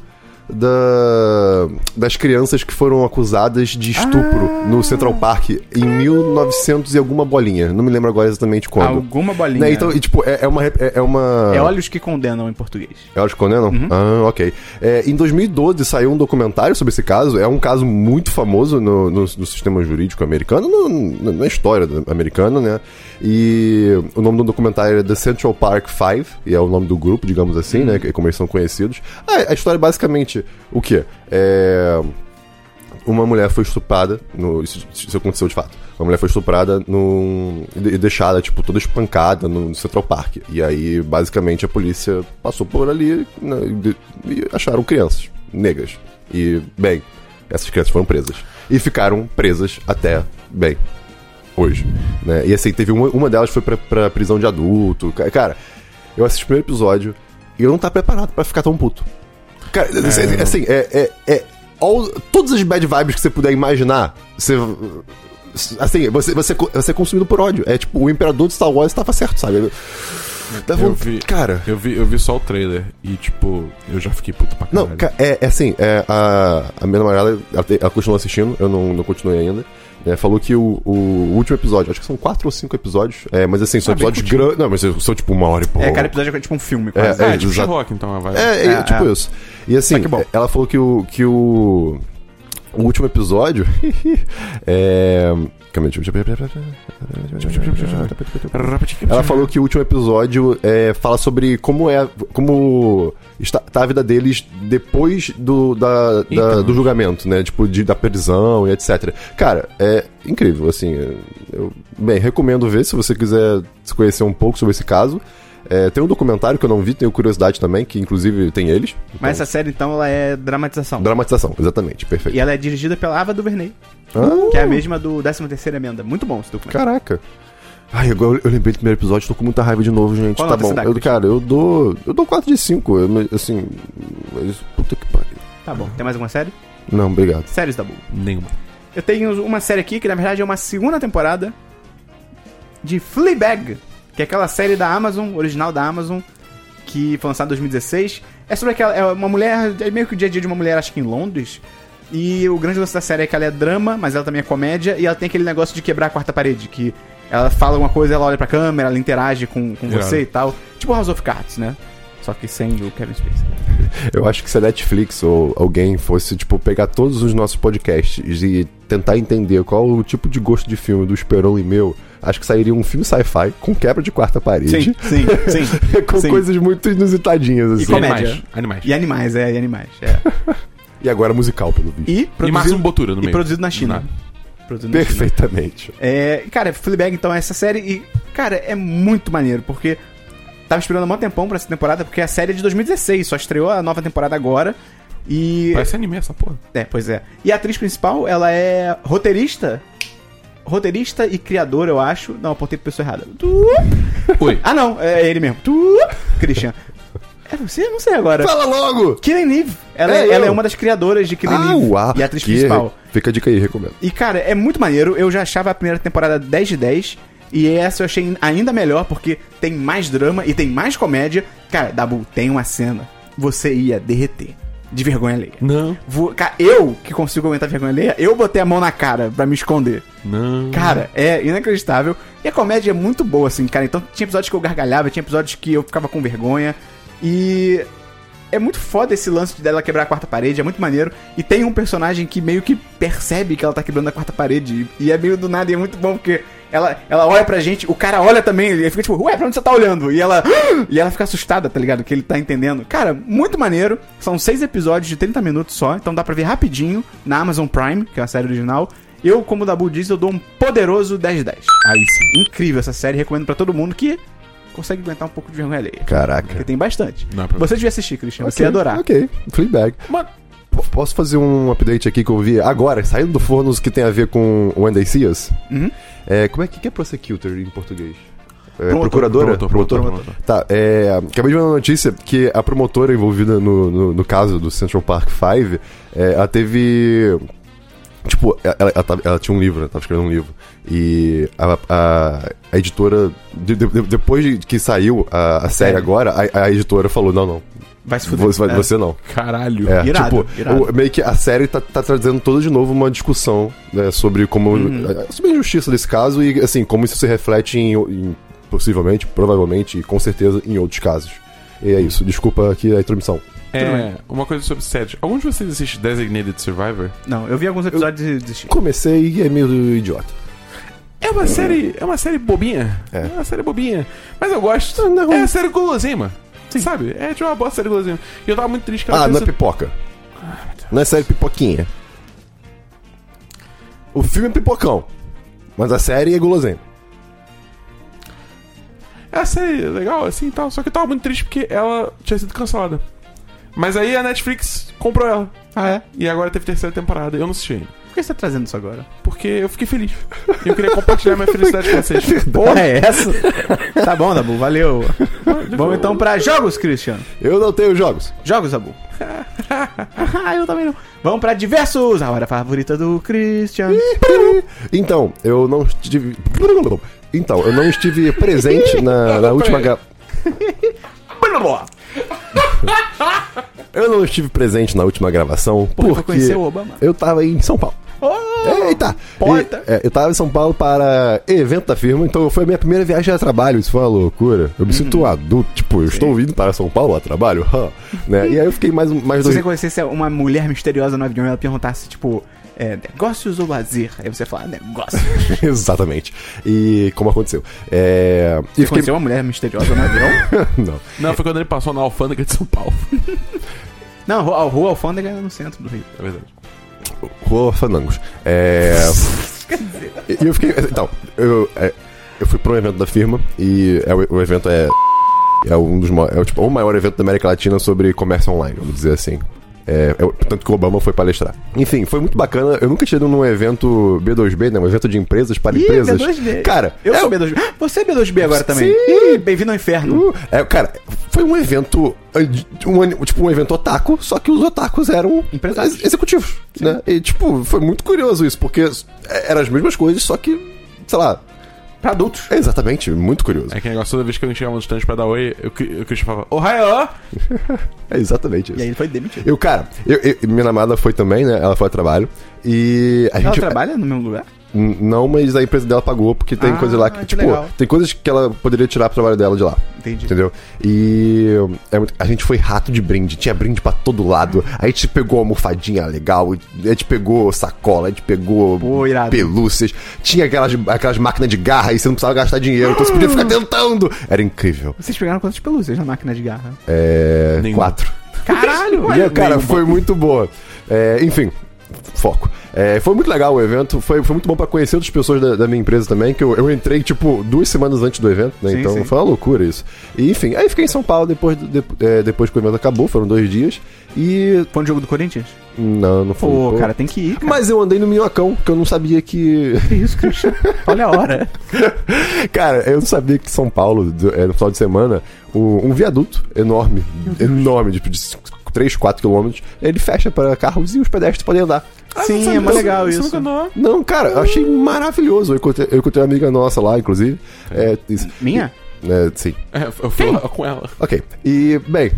da, das crianças que foram acusadas de estupro Ah. no Central Park em 1900 e alguma bolinha. Não me lembro agora exatamente quando. Alguma bolinha. Né, então, e, tipo, é, é uma. rep- É, é uma... É Olhos que Condenam em português. É Elas condenam? Ah, ok. É, em 2012 saiu um documentário sobre esse caso. É um caso muito famoso no, no- no sistema jurídico americano, no- no- na história do- americana, né? E o nome do documentário é The Central Park Five, e é o nome do grupo, digamos assim, né? que- Como eles são conhecidos. Ah, a história é basicamente o quê? É uma mulher foi estuprada. No, isso, isso aconteceu de fato. Uma mulher foi estuprada num, e de- e deixada, tipo, toda espancada no Central Park. E aí, basicamente, a polícia passou por ali né, e de- e acharam crianças negras. E, bem, essas crianças foram presas. E ficaram presas até, bem, hoje. Né? E assim, teve uma, uma delas foi pra, pra prisão de adulto. Ca- Cara, eu assisti o primeiro episódio e eu não tava preparado pra ficar tão puto. Cara, assim, assim, é. é, é all- todas as bad vibes que você puder imaginar, você. Assim, você, você, você é consumido por ódio. É tipo, o imperador de Star Wars tava certo, sabe? Tava, um Eu vi- Cara. Eu vi, eu vi só o trailer e, tipo, eu já fiquei puto pra caralho. Não, ca- é, é assim, é, a, a minha namorada, ela, te- ela continua assistindo, eu não, não continuei ainda. né, falou que o, o último episódio, acho que são quatro ou cinco episódios, é, mas assim, são Ah, bem episódios grandes. Não, mas são tipo uma hora e pouco. É, cada episódio é tipo um filme, quase. é, Ah, é tipo exato. Sherlock, então, a vibe. É, é, É, tipo é. isso. E assim, Mas que bom. ela falou que o. Que o, o último episódio. é. Calma aí, deixa eu- Ela falou que o último episódio é, fala sobre como é. como está tá a vida deles depois do, da, da- Então. do julgamento, né? Tipo, de, da prisão e etc. Cara, é incrível, assim. Eu, bem, recomendo ver se você quiser se conhecer um pouco sobre esse caso. É, tem um documentário que eu não vi, tenho curiosidade também, que inclusive tem eles. Então, Mas essa série, então, ela é dramatização. Dramatização, exatamente, perfeito. E ela é dirigida pela Ava DuVernay, Ah, que é a mesma do 13ª Emenda. Muito bom esse documentário. Caraca. Ai, agora eu lembrei do primeiro episódio, tô com muita raiva de novo, gente. Qual tá nota bom. você dá, Eu, Christian? cara, eu dou. Eu dou 4 de 5. assim. Mas, puta que pariu. Tá bom. Tem mais alguma série? Não, obrigado. Séries da Bull. Nenhuma. Eu tenho uma série aqui que, na verdade, é uma segunda temporada de Fleabag, que é aquela série da Amazon, original da Amazon, que foi lançada em 2016. É sobre aquela... É uma mulher... É meio que o dia a dia de uma mulher, acho que em Londres. E o grande lance da série é que ela é drama, mas ela também é comédia. E ela tem aquele negócio de quebrar a quarta parede, que... Ela fala alguma coisa, ela olha pra câmera, ela interage com, com Irado. você e tal. Tipo House of Cards, né? Só que sem o Kevin Spacey. Eu acho que se a Netflix ou alguém fosse, tipo, pegar todos os nossos podcasts e tentar entender qual o tipo de gosto de filme do Esperon e meu, acho que sairia um filme sci-fi com quebra de quarta parede. Sim, sim, sim. com sim. coisas muito inusitadinhas, assim. E, E comédia. Animais. Animais. E animais, é, e animais. É. agora musical, pelo visto. E E um produzido, Máximo Botura no e meio. produzido na China. Nada. Produzido na China. Perfeitamente. É, cara, Fleabag então é essa série e, cara, é muito maneiro, porque tava esperando há mó tempão pra essa temporada, porque a série é de 2016, só estreou a nova temporada agora. E. Parece anime essa porra. É, pois é. E a atriz principal, ela é roteirista. Roteirista e criadora, eu acho. Não, apontei pra pessoa errada. Tu- Oi. Ah, não, é ele mesmo. Tu- Christian. É você? Não sei agora. Fala logo! Killing Eve. Ela É é, eu. ela é uma das criadoras de Killing Ah, Eve. uau, E a atriz que- principal. Fica a dica aí, recomendo. E, cara, é muito maneiro. Eu já achava a primeira temporada 10 de 10. E essa eu achei ainda melhor, porque tem mais drama e tem mais comédia. Cara, Dabu, tem uma cena. Você ia derreter. De vergonha alheia. Não. Vo- ca- Eu, que consigo aguentar vergonha alheia, eu botei a mão na cara pra me esconder. Não. Cara, é inacreditável. E a comédia é muito boa, assim, cara. Então tinha episódios que eu gargalhava, tinha episódios que eu ficava com vergonha. E. É muito foda esse lance de dela quebrar a quarta parede, é muito maneiro. E tem um personagem que meio que percebe que ela tá quebrando a quarta parede. E e é meio do nada e é muito bom porque ela, ela olha pra gente, o cara olha também, ele fica tipo, ué, pra onde você tá olhando? E ela. E ela fica assustada, tá ligado? Que ele tá entendendo. Cara, muito maneiro. São seis episódios de 30 minutos só, então dá pra ver rapidinho na Amazon Prime, que é a série original. Eu, como o Dabu diz, eu dou um poderoso 10-10. Aí sim. Incrível essa série, recomendo pra todo mundo que consegue aguentar um pouco de vergonha alheia. Porque Caraca. tem bastante. Não é pra- Você devia assistir, Christian. Você Ok, ia adorar. Ok, Fleabag. Mano, P- Posso fazer um update aqui que eu vi agora, saindo do forno que tem a ver com When They See Us? Uhum. É, como é que que é prosecutor em português? É, Promotor, procuradora? promotor, Promotora? promotor. Tá, é, acabei de ver uma notícia que a promotora envolvida no, no, no caso do Central Park 5, é, ela teve... Tipo, ela, ela tava- ela tinha um livro, ela tava escrevendo um livro. E a, a- a editora, de- de- de- depois de que saiu a, a série agora, a, a editora falou, não, não, Vai se fuder. você, É. você não. caralho. É, Irado, tipo, irado. o- meio que a série tá, tá trazendo toda de novo uma discussão né, sobre como. Hum. eh, Sobre a injustiça desse caso e, assim, como isso se reflete em, em- possivelmente, provavelmente e com certeza em outros casos. E é isso. Desculpa aqui a intromissão. É, uma coisa sobre séries. Alguns de vocês assistem Designated Survivor? Não, eu vi alguns episódios e desisti. Comecei e é meio idiota. É uma série. É uma série bobinha. É, É. uma série bobinha. Mas eu gosto. Não, não é ruim. é a série guloseima. Sabe? É tipo uma boa série guloseima. E eu tava muito triste que ela Ah, não é tivesse- pipoca. Ah, Não é série pipoquinha. O filme é pipocão. Mas a série é gulosinha. É uma série legal, assim e tal. Só que eu tava muito triste porque ela tinha sido cancelada. Mas aí a Netflix comprou ela. Ah, é? E agora teve terceira temporada. Eu não assisti ainda. Por que você tá trazendo isso agora? Porque eu fiquei feliz. E eu queria compartilhar minha felicidade com vocês. Porra, é essa? tá bom, Dabu, valeu. Vamos então pra jogos, Christian. Eu não tenho jogos. Jogos, Dabu. ah, eu também não. Vamos pra diversos, a hora favorita do Christian. Então, eu não estive. Então, eu não estive presente na, na última. gra- Eu não estive presente na última gravação eu vou porque conhecer o Obama. eu tava em São Paulo. É. Eita! porta. E, é, eu tava em São Paulo para evento da firma, então foi a minha primeira viagem a trabalho, isso foi uma loucura. Eu me sinto Uhum. um adulto, tipo, eu estou vindo para São Paulo a trabalho, hã, né? E aí eu fiquei mais, mais Se dois... você conhecesse uma mulher misteriosa no avião e ela perguntasse, tipo, é, negócios ou lazer? Aí você fala, negócios. Você Exatamente. E como aconteceu. É... E fiquei... conheceu uma mulher misteriosa no avião? Não. Não, foi quando ele passou na alfândega de São Paulo. Não, a rua- a Rua Alfândega é no centro do Rio. É verdade. Rua Fandangos. É. e eu fiquei. Então, eu, é, eu fui pra um evento da firma e é, o, o evento é. É um dos ma- é, o, tipo, o maior evento da América Latina sobre comércio online, vamos dizer assim. É, é o- tanto que o Obama foi palestrar. Enfim, foi muito bacana. Eu nunca tinha ido num evento B2B, né? Um evento de empresas para Ih, empresas. B2B. Cara, eu é- sou B2B. Você é B2B agora também. Sim. Ih, bem-vindo ao inferno. Uh, é, cara, foi um evento. eh, de- um an- tipo, um evento otaku, só que os otakus eram Empresários. ex- executivos. Né? E, tipo, foi muito curioso isso, porque s- é- eram as mesmas coisas, só que, sei lá. Pra adultos. é Exatamente, muito curioso. É que negócio, toda vez que eu chegava no stand pra dar oi, eu, eu, eu falava, Ohio! É exatamente E aí isso. ele foi demitido. Eu, cara, eu, eu- minha namada foi também, né? Ela foi a trabalho. E a Ela gente. trabalha no mesmo lugar? N- Não, mas a empresa dela pagou, porque tem Ah, coisas lá que, que tipo, legal. tem coisas que ela poderia tirar pro trabalho dela de lá. Entendi. Entendeu? E é muito- a gente foi rato de brinde, tinha brinde pra todo lado. A gente pegou almofadinha legal, a gente pegou sacola, a gente pegou Pô, irado. pelúcias, tinha aquelas, aquelas máquinas de garra e você não precisava gastar dinheiro, então você podia ficar tentando. Era incrível. Vocês pegaram quantas pelúcias na máquina de garra? É. Nenhum. Quatro. Caralho! E, cara, foi muito boa. É, enfim, foco. É, foi muito legal o evento, foi, foi muito bom pra conhecer outras pessoas da, da minha empresa também, que eu, eu entrei, tipo, duas semanas antes do evento, né? Sim, então sim. foi uma loucura isso. E, enfim, aí fiquei em São Paulo depois, do- de- é, depois que o evento acabou, foram dois dias, e... Foi no jogo do Corinthians? Não, não foi. Pô, cara, tem que ir. Cara. Mas eu andei no Minhocão, que eu não sabia que... Que isso, Christian? Olha a hora. Cara, eu não sabia que São Paulo, do- é, no final de semana, o- um viaduto enorme, enorme, tipo, de 3, 4 quilômetros, ele fecha para carros e os pedestres podem andar. Sim, é mais legal isso. Não, cara, eu achei maravilhoso. Eu encontrei, eu encontrei uma amiga nossa lá, inclusive. É, isso. Minha? É, sim. É, eu fui lá com ela. Ok. E, bem,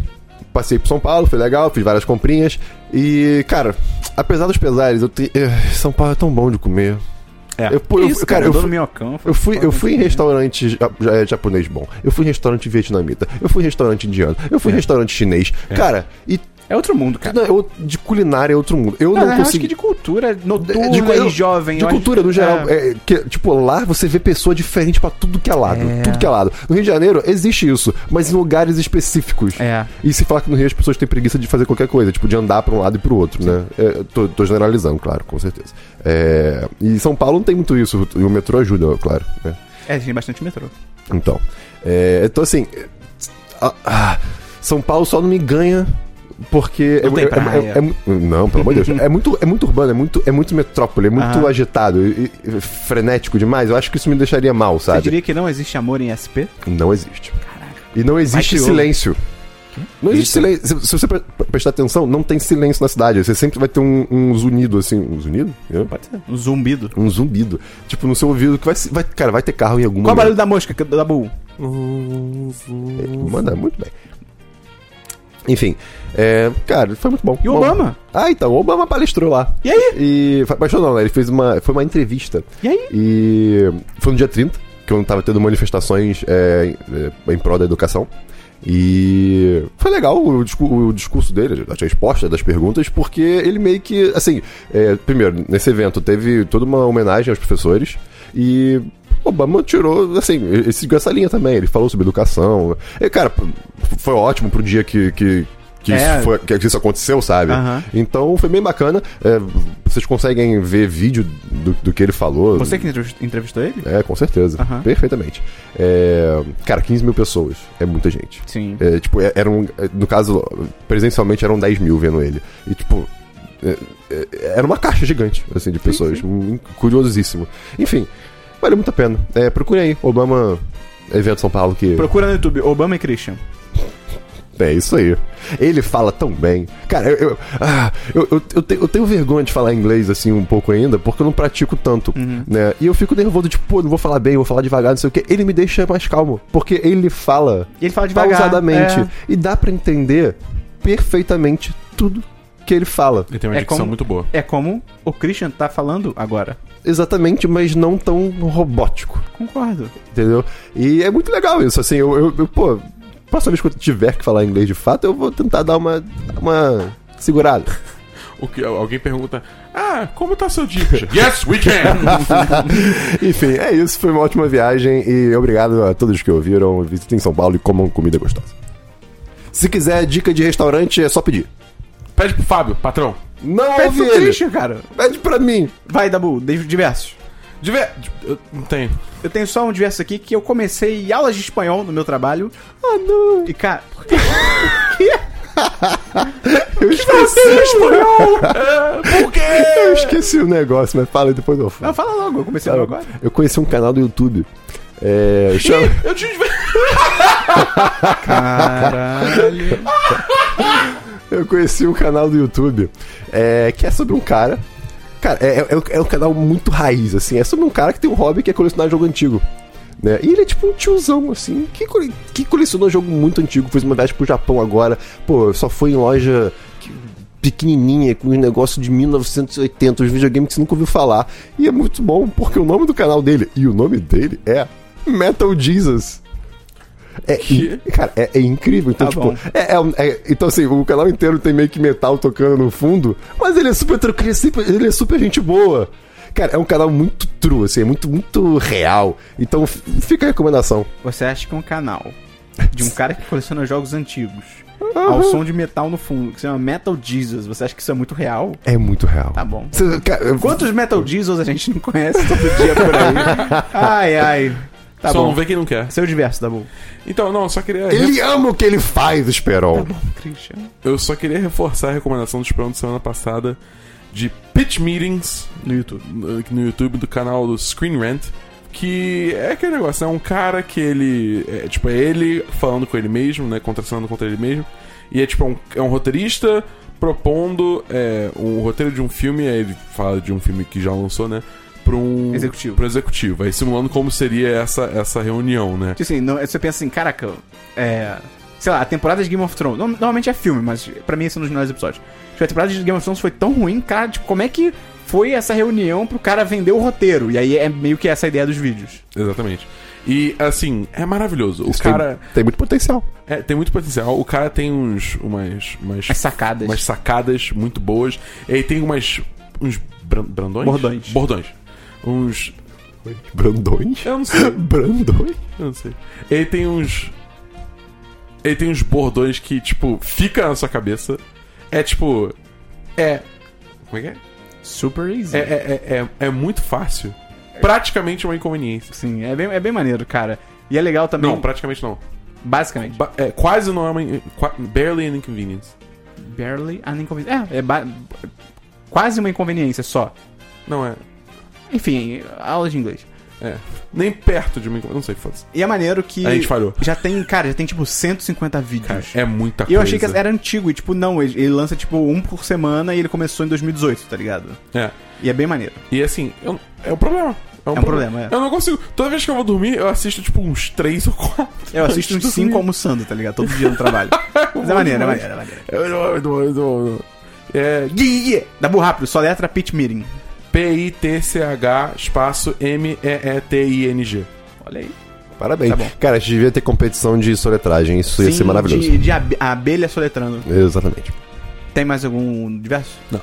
passei pro São Paulo, foi legal, fiz várias comprinhas. E, cara, apesar dos pesares, eu te... eh, São Paulo é tão bom de comer. É. Eu, pô, eu- isso, cara, cara, eu andou no fui- minhocão. Eu fui, eu fui em restaurante ja- ja- é, japonês bom. Eu fui em restaurante vietnamita. Eu fui em restaurante indiano. Eu fui em restaurante chinês. Cara, e É outro mundo, É. cara. não, eu- de culinária é outro mundo. Eu Não, não, na real, acho consegui. que de cultura noturna É, de, eu- e jovem. De eu acho- cultura, no geral. É. é, que, tipo, lá você vê pessoa diferente pra tudo que é lado. Tudo que é lado. No Rio de Janeiro existe isso, mas em lugares específicos. É. E se fala que no Rio as pessoas têm preguiça de fazer qualquer coisa, tipo, de andar pra um lado e pro outro, né? É, tô, tô generalizando, claro, com certeza. É, e São Paulo não tem muito isso, e o metrô ajuda, claro. né? É, tem bastante metrô. Então. É, então, assim. é, ah, ah, São Paulo só não me ganha. Porque Não é, tem é- praia. é- é mu- não, pelo amor de Deus. É muito, é muito urbano, é muito, é muito metrópole, é muito Aham. agitado, e- e frenético demais. Eu acho que isso me deixaria mal, Você sabe? diria que não existe amor em SP? Não existe. E não existe crioulo. silêncio. Não existe Eita. silêncio. Se, se você pre- prestar atenção, não tem silêncio na cidade. Você sempre vai ter um, um zunido, assim. Um zunido? Eu? Pode ser. Um zumbido. Um zumbido. Tipo, no seu ouvido, que vai, se- vai- Cara, vai ter carro em algum Qual é o barulho momento. da mosca, que- da Bull? Manda é muito bem. Enfim, é, cara, foi muito bom. E o Bom- Obama? Ah, então, o Obama palestrou lá. E aí? E. fa- Palestrou não, né? Ele fez uma. Foi uma entrevista. E aí? E. Foi no dia 30, que eu não tava tendo manifestações é, em- é, em prol da educação. E foi legal o, discu- o discurso dele, a resposta das perguntas, porque ele meio que, assim, é, primeiro, nesse evento teve toda uma homenagem aos professores e Obama tirou, assim, ele seguiu essa linha também. Ele falou sobre educação. E, cara, p- foi ótimo pro dia que, que, que, É. isso, foi- que isso aconteceu, sabe? Aham. Então foi bem bacana. É, vocês conseguem ver vídeo do, do que ele falou. Você que entrevist- entrevistou ele? É, com certeza. Aham. Perfeitamente. É, cara, 15 mil pessoas. É muita gente. Sim. É, tipo, é- eram. é, No caso, presencialmente eram 10 mil vendo ele. E, tipo. é, é, Era uma caixa gigante, assim, de pessoas. Hum, Curiosíssimo. Enfim, vale muito a pena. É, procure aí, Obama Evento São Paulo, que Procura no YouTube, Obama e Christian. é isso aí. Ele fala tão bem. Cara, eu, eu, ah, eu, eu, eu te- eu tenho vergonha de falar inglês assim um pouco ainda, porque eu não pratico tanto, Uhum. né? E eu fico nervoso, tipo, pô, não vou falar bem, vou falar devagar, não sei o quê. Ele me deixa mais calmo, porque ele fala E ele fala devagar. pausadamente. é. E dá pra entender perfeitamente tudo que ele fala. Ele tem uma É dicção como- muito boa. É como o Christian tá falando agora. Exatamente, mas não tão robótico. Concordo. Entendeu? E é muito legal isso, assim, eu, eu, eu, pô, próxima vez que eu tiver que falar inglês de fato, eu vou tentar dar uma, uma segurada. O que, alguém pergunta, ah, como tá seu dia? yes, we can! Enfim, é isso. Foi uma ótima viagem e obrigado a todos que ouviram. Visitem São Paulo e comam comida gostosa. Se quiser dica de restaurante, é só pedir. Pede pro Fábio, patrão. Não Pede ouve pro ele. Christian, cara. Pede pra mim. Vai, Dabu, desde diversos. Diver... Eu não tenho. Eu tenho só um diverso aqui que eu comecei aulas de espanhol no meu trabalho. Ah, não. E, cara, Eu esqueci. Por quê? Eu esqueci o negócio, mas fala aí, depois eu falo. é? não, fala logo, eu comecei Cara, logo agora. eu conheci um canal do YouTube. É, chama- Eu tinha Caralho. eu conheci um canal do YouTube é, que é sobre um cara. Cara, é, é- é um- é um canal muito raiz, assim. É sobre um cara que tem um hobby que é colecionar jogo antigo. Né? E ele é tipo um tiozão, assim, que, cole- que colecionou jogo muito antigo, fez uma viagem pro Japão agora. Pô, só foi em loja que- pequenininha, com um negócio de 1980, os videogames que você nunca ouviu falar. E é muito bom, porque o nome do canal dele, e o nome dele é Metal Jesus. É, Que? in- cara, é, é incrível. Então, Tá tipo, bom. é, é um- é- então, assim, o canal inteiro tem meio que metal tocando no fundo, mas ele é super tranquilo, ele é super- ele é super gente boa. Cara, é um canal muito true, assim, é muito, muito real. Então, f- fica a recomendação. Você acha que é um canal de um cara que coleciona jogos antigos, ao som de metal no fundo, que se chama Metal Jesus, você acha que isso é muito real? É muito real. Tá bom. Cê- cara, eu- Quantos Metal Jesus a gente não conhece todo dia por aí? Ai, ai. Tá Só um bom. não vê quem não quer. Seu diverso, tá bom. Então, não, eu só queria. Ele ama o que ele faz, Esperon. Tá Christian. Eu só queria reforçar a recomendação do Esperão de semana passada de Pitch Meetings No YouTube. no no YouTube do canal do Screen Rant. Que é aquele negócio, é um cara que ele. É, tipo, é ele falando com ele mesmo, né? Contracionando contra ele mesmo. E é tipo, é um, é um roteirista propondo é, um roteiro de um filme, aí ele fala de um filme que já lançou, né? Pra um. Executivo. Pro executivo. Aí simulando como seria essa, essa reunião, né? Tipo assim, não- você pensa assim, caraca, é. Sei lá, a temporada de Game of Thrones. no- Normalmente é filme, mas pra mim esse é um dos melhores episódios. Tipo, a temporada de Game of Thrones foi tão ruim, cara, tipo, como é que foi essa reunião pro cara vender o roteiro? E aí é meio que essa a ideia dos vídeos. Exatamente. E, assim, é maravilhoso. O Isso cara. tem, tem muito potencial. É, tem muito potencial. O cara tem uns. umas. umas, As sacadas. umas sacadas muito boas. E aí tem umas. uns. bran- brandões? Bordões. Bordões. Uns. Brandões? Eu não sei. Brandões? Eu não sei. Ele tem uns. Ele tem uns bordões que, tipo, fica na sua cabeça. É tipo. É. Como é que é? Super easy. É, é, é, é, é muito fácil. Praticamente uma inconveniência. Sim, é bem, é bem maneiro, cara. E é legal também, Não, praticamente não. basicamente. Ba- é, quase não é uma. in- qua- barely an inconvenience. Barely an inconvenience. É, é ba- quase uma inconveniência só. Não é. Enfim, aula de inglês. É. Nem perto de uma inconveniência. Não sei, foda-se. E é maneiro que. A gente falhou. Já tem, cara, já tem tipo 150 vídeos. Cara, é muita E coisa. eu achei que era antigo, e tipo, não, ele, ele lança tipo um por semana e ele começou em 2018, tá ligado? É. E é bem maneiro. E assim, eu- é um problema. É um, É um problema, é. Eu não consigo. Toda vez que eu vou dormir, eu assisto tipo uns três ou quatro. Eu assisto uns Antes de 5 dormir. almoçando, tá ligado? Todo dia no trabalho. Mas é maneiro, é maneiro, é maneiro. Eu- eu- eu- eu- eu- É. Yeah! Dabu rápido, só letra pitch meeting. P-I-T-C-H espaço M-E-E-T-I-N-G. Olha aí. Parabéns. Tá bom. cara, a gente devia ter competição de soletragem. Isso ia ser maravilhoso. De, de abe- abelha soletrando. Exatamente. Tem mais algum diverso? Não.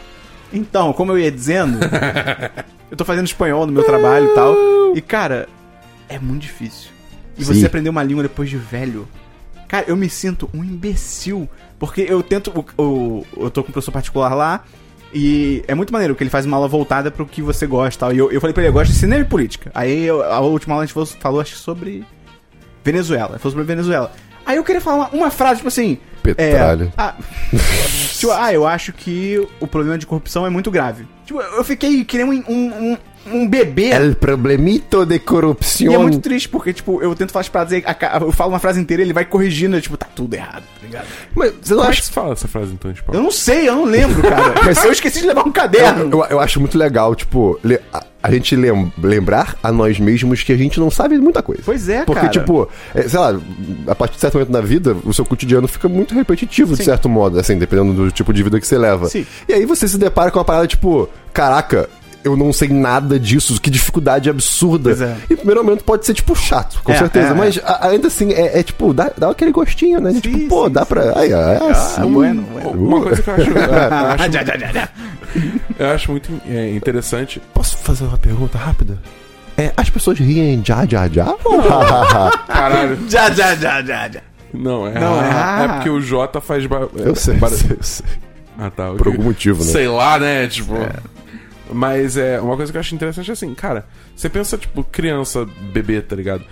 Então, como eu ia dizendo, eu tô fazendo espanhol no meu trabalho e tal. E, cara, é muito difícil. E Sim. você aprender uma língua depois de velho. Cara, eu me sinto um imbecil. Porque eu tento. o- o- eu tô com um professor particular lá. E é muito maneiro, porque ele faz uma aula voltada pro que você gosta e tal. E eu, eu falei pra ele, eu gosto de cinema e política. Aí eu- a última aula a gente falou, falou, acho que sobre. Venezuela. Ele falou sobre Venezuela. Aí eu queria falar uma, uma frase, tipo assim. Petralha. É, ah, Tipo, ah, eu acho que o problema de corrupção é muito grave. Tipo, eu fiquei que nem um, um, um- um bebê. El problemito de corrupção. E é muito triste, porque, tipo, eu tento falar as frases, aí, a ca- eu falo uma frase inteira e ele vai corrigindo, eu, tipo, tá tudo errado, tá ligado? Mas você não Como é acha que se fala essa frase então, tipo? Eu não sei, eu não lembro, cara. Mas eu esqueci de levar um caderno. Eu, eu acho muito legal, tipo, le- a, a gente lem- lembrar a nós mesmos que a gente não sabe muita coisa. Pois é, Porque, cara. tipo, é, sei lá, a partir de certo momento da vida, o seu cotidiano fica muito repetitivo, de Sim. certo modo, assim, dependendo do tipo de vida que você leva. Sim. E aí você se depara com uma parada, tipo, caraca. Eu não sei nada disso, que dificuldade absurda. Pois é. E primeiro momento pode ser, tipo, chato, com É, certeza. é, é. Mas a- ainda assim, é, é, tipo, dá, dá aquele gostinho, né? De, Sim, tipo, pô, sim, dá sim, Ah, pra. Ai, ai, é assim. bueno, bueno. Uma coisa que eu acho, Ah, eu acho, Já, já, já, já. eu acho muito é, interessante. Posso fazer uma pergunta rápida? É, as pessoas riem já, já, já? Caralho. Já, já, já, já, já. Não, é. Não, é. é porque o J faz. ba- eu sei, bar- eu sei, eu sei. Ah, tá. Por algum motivo, né? Sei lá, né? Tipo. Mas é uma coisa que eu acho interessante é assim, cara, você pensa, tipo, criança, bebê, tá ligado?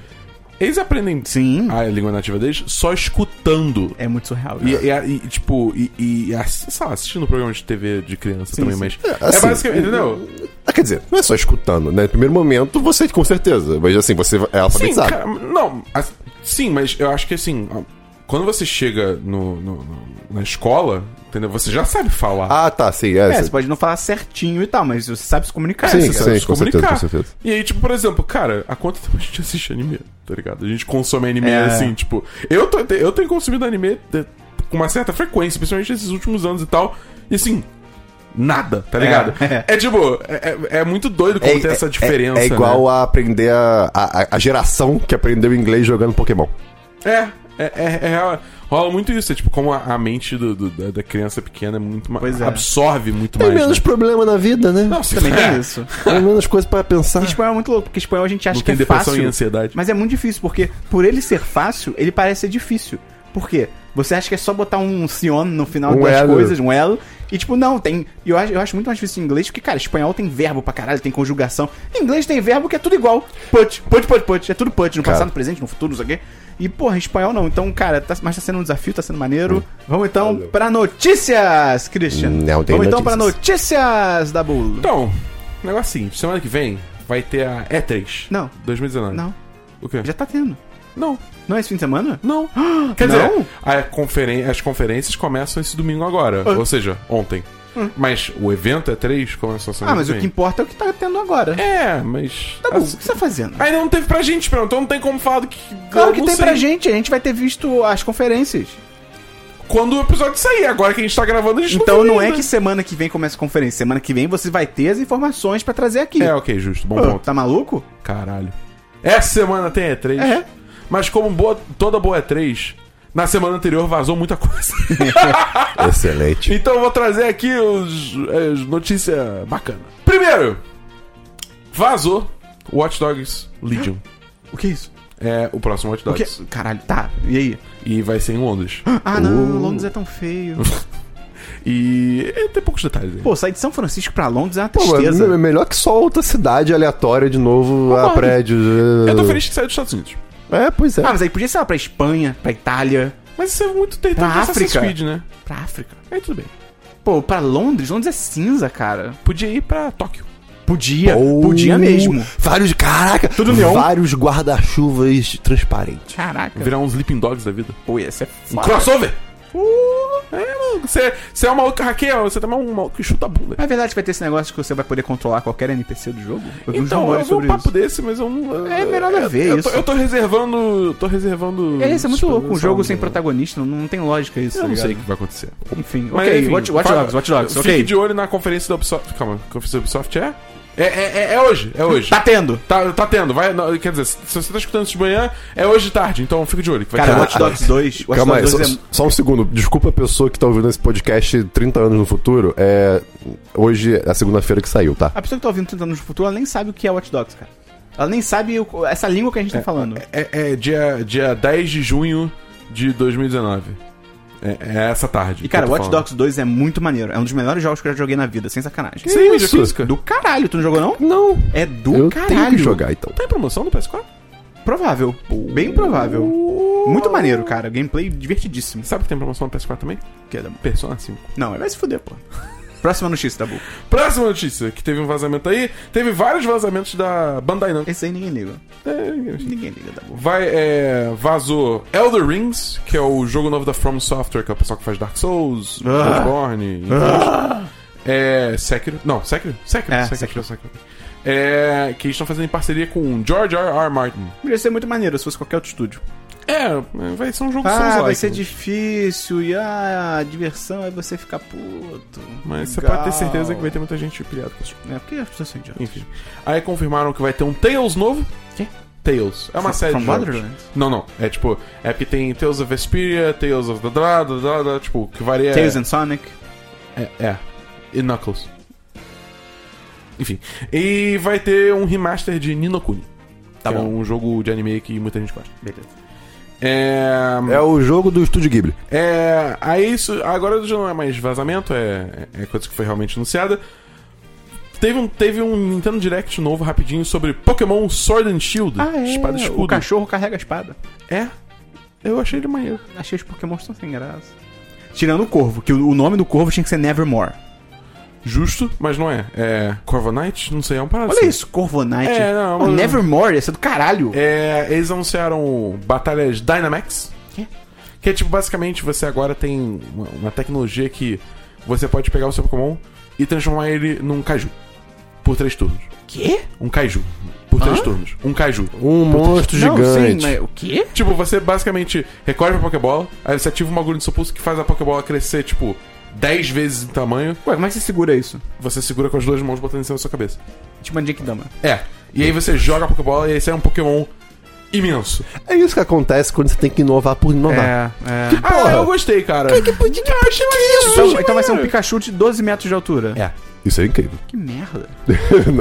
Eles aprendem Sim. a língua nativa deles só escutando. É muito surreal. E, cara. e a- e, tipo, e, e a- sei lá, assistindo um programa de TV de criança também, sim. mas. É, É, assim, basicamente, entendeu? Ah, quer dizer, não é só escutando, né? No primeiro momento, você com certeza. Mas assim, você é Sim, alfabetizado. cara, não, as- sim, mas eu acho que assim, ó, quando você chega no, no- no- na escola, entendeu? Você já sabe falar. Ah, tá, sim. É, É, sim. você pode não falar certinho e tal, mas você sabe se comunicar. Sim, você sim. sabe- se com certeza, com certeza. E aí, tipo, por exemplo, cara, há quanto tempo a gente assiste anime, tá ligado? A gente consome anime É. assim, tipo. Eu, tô, eu tenho consumido anime de- com uma certa frequência, principalmente nesses últimos anos e tal. E assim. Nada, tá ligado? É, É. tipo, é, é- é muito doido como tem essa diferença. é igual né? a aprender a, a, a geração que aprendeu inglês jogando Pokémon. É, é, é, é real. rola muito isso. É tipo, como a, a mente do- do- da, da criança pequena é muito mais. Pois é. absorve muito mais. né? problema na vida, né? Não, você Também é. tem isso. Tem menos coisa pra pensar. E espanhol é muito louco, porque espanhol a gente acha Não que tem é depressão fácil. e ansiedade. Mas é muito difícil, porque por ele ser fácil, ele parece ser difícil. Por quê? Você acha que é só botar um Sion no final Um das elo. coisas, um elo. E tipo, não, tem. E eu acho, eu acho muito mais difícil em inglês, porque, cara, espanhol tem verbo pra caralho, tem conjugação. Em inglês tem verbo que é tudo igual. Put, put, put, put. É tudo put. No Cara. passado, no presente, no futuro, não sei o quê. E, porra, em espanhol não. Então, cara, tá- mas tá sendo um desafio, tá sendo maneiro. Vamos então pra notícias, Christian. Hum. Não tem Vamos então pra notícias da Bull. Então, o negócio é o seguinte: semana que vem vai ter a E3. Não. 2019. Não, O quê? já tá tendo. Não, Não é esse fim de semana? não. Quer dizer, Não? a conferen- as conferências começam esse domingo agora. Ah. Hum. Ou seja, ontem. Mas o evento E3 começou semana Ah, mas o vem. que importa é o que tá tendo agora. É, mas. Tá bom, o Assim, que você tá fazendo? Ainda não teve pra gente, Perão, então não tem como falar do que. Claro eu que não tem sei. pra gente, a gente vai ter visto as conferências. Quando o episódio sair, agora que a gente tá gravando, a gente Então viu não é ainda. que semana que vem começa a conferência, semana que vem você vai ter as informações pra trazer aqui. É, ok, justo. Bom Pô, ponto. tá maluco? Caralho. Essa semana tem E3. É. Mas como boa- toda boa E3, na semana anterior vazou muita coisa. Excelente. Então eu vou trazer aqui os, as notícias bacanas. Primeiro, vazou Watch Dogs Legion. O que é isso? É o próximo Watch O que? Dogs. Caralho, tá. E aí? E vai ser em Londres. Ah, não, Londres é tão feio. E é, tem poucos detalhes aí. Pô, sair de São Francisco pra Londres é uma Pô, mas tristeza. é melhor que só outra cidade aleatória de novo a prédios. Eu tô feliz que saiu dos Estados Unidos. É, pois é. Ah, mas aí podia ser lá pra Espanha, pra Itália, Mas isso é muito território Pra de Assassin's África. Creed, né? pra África. Aí tudo bem. Pô, pra Londres? Londres é cinza, cara. Podia ir pra Tóquio. Podia, Ou- podia mesmo. Vários, caraca, Tudo neon. vários guarda-chuvas transparentes. Caraca. Virar uns Sleeping Dogs da vida. Pô, ia ser Um foda. crossover! Uh, é, mano. Você você é um maluco que hackeia, você também é um maluco que chuta a bunda. Mas é verdade que vai ter esse negócio que você vai poder controlar qualquer NPC do jogo? Eu vi uns Então, eu rumores vi um sobre papo isso. desse, mas eu não. É, melhor não eu- ver eu isso. Tô, eu tô reservando. Tô reservando. tipo, É, isso é muito louco. Um jogo sem protagonista. protagonista, não, não tem lógica isso. Eu tá não sei o ligado? que vai acontecer. Enfim, Mas, ok, enfim, Watch, Watch fala- Dogs, Watch Dogs, Fique ok. de olho na conferência da Ubisoft. Calma, conferência da Ubisoft é? É, é, é- é hoje, é hoje. Tá tendo! Tá, tá tendo, vai. não, quer dizer, se se você tá escutando isso de manhã, é hoje de tarde, então fica de olho. que vai Cara, ter- Watch Dogs 2, Watch Calma aí, Dogs só, 2 é... só um segundo. Desculpa a pessoa que tá ouvindo esse podcast 30 anos no futuro. É, hoje é a segunda-feira que saiu, tá? A pessoa que tá ouvindo 30 anos no futuro, ela nem sabe o que é Watch Dogs, cara. Ela nem sabe o- essa língua que a gente tá falando. É, é dia, dia 10 de junho de 2019. É, é essa tarde. E cara, que eu tô Watch falando. Dogs 2 é muito maneiro. É um dos melhores jogos que eu já joguei na vida, sem sacanagem. Sem mídia isso? física. Do caralho, tu não jogou não? Não, É do eu caralho. tenho que jogar então. Tá em promoção no PS4? Provável. Bem provável. Muito maneiro, cara. Gameplay divertidíssimo. Sabe que tem promoção no PS4 também? Que é da- Persona 5. Não, mas vai se fuder, pô. Próxima notícia, Dabu. Próxima notícia, que teve um vazamento aí. Teve vários vazamentos da Bandai Namco. Esse aí ninguém liga. É, enfim. Ninguém liga, Dabu. Vai, é, vazou Elder Rings, que é o jogo novo da From Software, que é o pessoal que faz Dark Souls, Ah. Bloodborne, Infinity. é, Sekiro, não, Sekiro, Sekiro, É, Sekiro, Sekiro, É, que eles estão fazendo em parceria com George R. R. Martin. Podia ser muito maneiro se fosse qualquer outro estúdio. É, vai ser um jogo Ah, Souls-like, vai ser né? difícil e ah, a diversão é você ficar puto. Mas você Legal. pode ter certeza que vai ter muita gente pilhada com isso. É porque as pessoas são idiotas. Enfim. Aí confirmaram que vai ter um Tails novo. Quê? tá Tails. É uma série From de jogos. Borderlands? Não, não. É tipo, é porque tem Tales of Vesperia, Tales of da da da da, da tipo, que varia. Tails and Sonic. É, é. E Knuckles. Enfim. E vai ter um remaster de Ninokuni. Tá que É bom. um jogo de anime que muita gente gosta. Beleza. É. É o jogo do Estúdio Ghibli. É. Aí isso. Agora já não é mais vazamento, é, é coisa que foi realmente anunciada. Teve um, teve um Nintendo Direct novo rapidinho sobre Pokémon Sword and Shield. Espada e escudo. Ah, é, O cachorro carrega a espada. É. Eu achei ele maneiro. Achei os Pokémon tão sem graça. Tirando o corvo, que o o nome do corvo tinha que ser Nevermore. Justo, mas não é. É. Corviknight? Não sei, é um parada Olha assim. isso, Corvonite. É, não, Pô, mas- Nevermore, isso é do caralho. É, eles anunciaram batalhas Dynamax. Quê? Que é tipo, basicamente, você agora tem uma, uma tecnologia que você pode pegar o seu Pokémon e transformar ele num Kaiju. Por três turnos. Quê? Um Kaiju. Por três turnos. Um Kaiju. Um monstro Não, gigante. sim, mas o quê? Tipo, você basicamente recolhe uma Pokébola, aí você ativa um bagulho no seu pulso que faz a Pokébola crescer, tipo, 10 vezes em tamanho. Ué, como é que você segura isso? Você segura com as duas mãos botando em cima da sua cabeça. Tipo uma Dama. É. E aí você joga a Pokébola e aí sai um Pokémon imenso. É isso que acontece quando você tem que inovar por inovar. é. Ah, eu gostei, cara. Que, que, que, Então, então vai ser um Pikachu de 12 metros de altura. É. Isso é incrível. Que merda.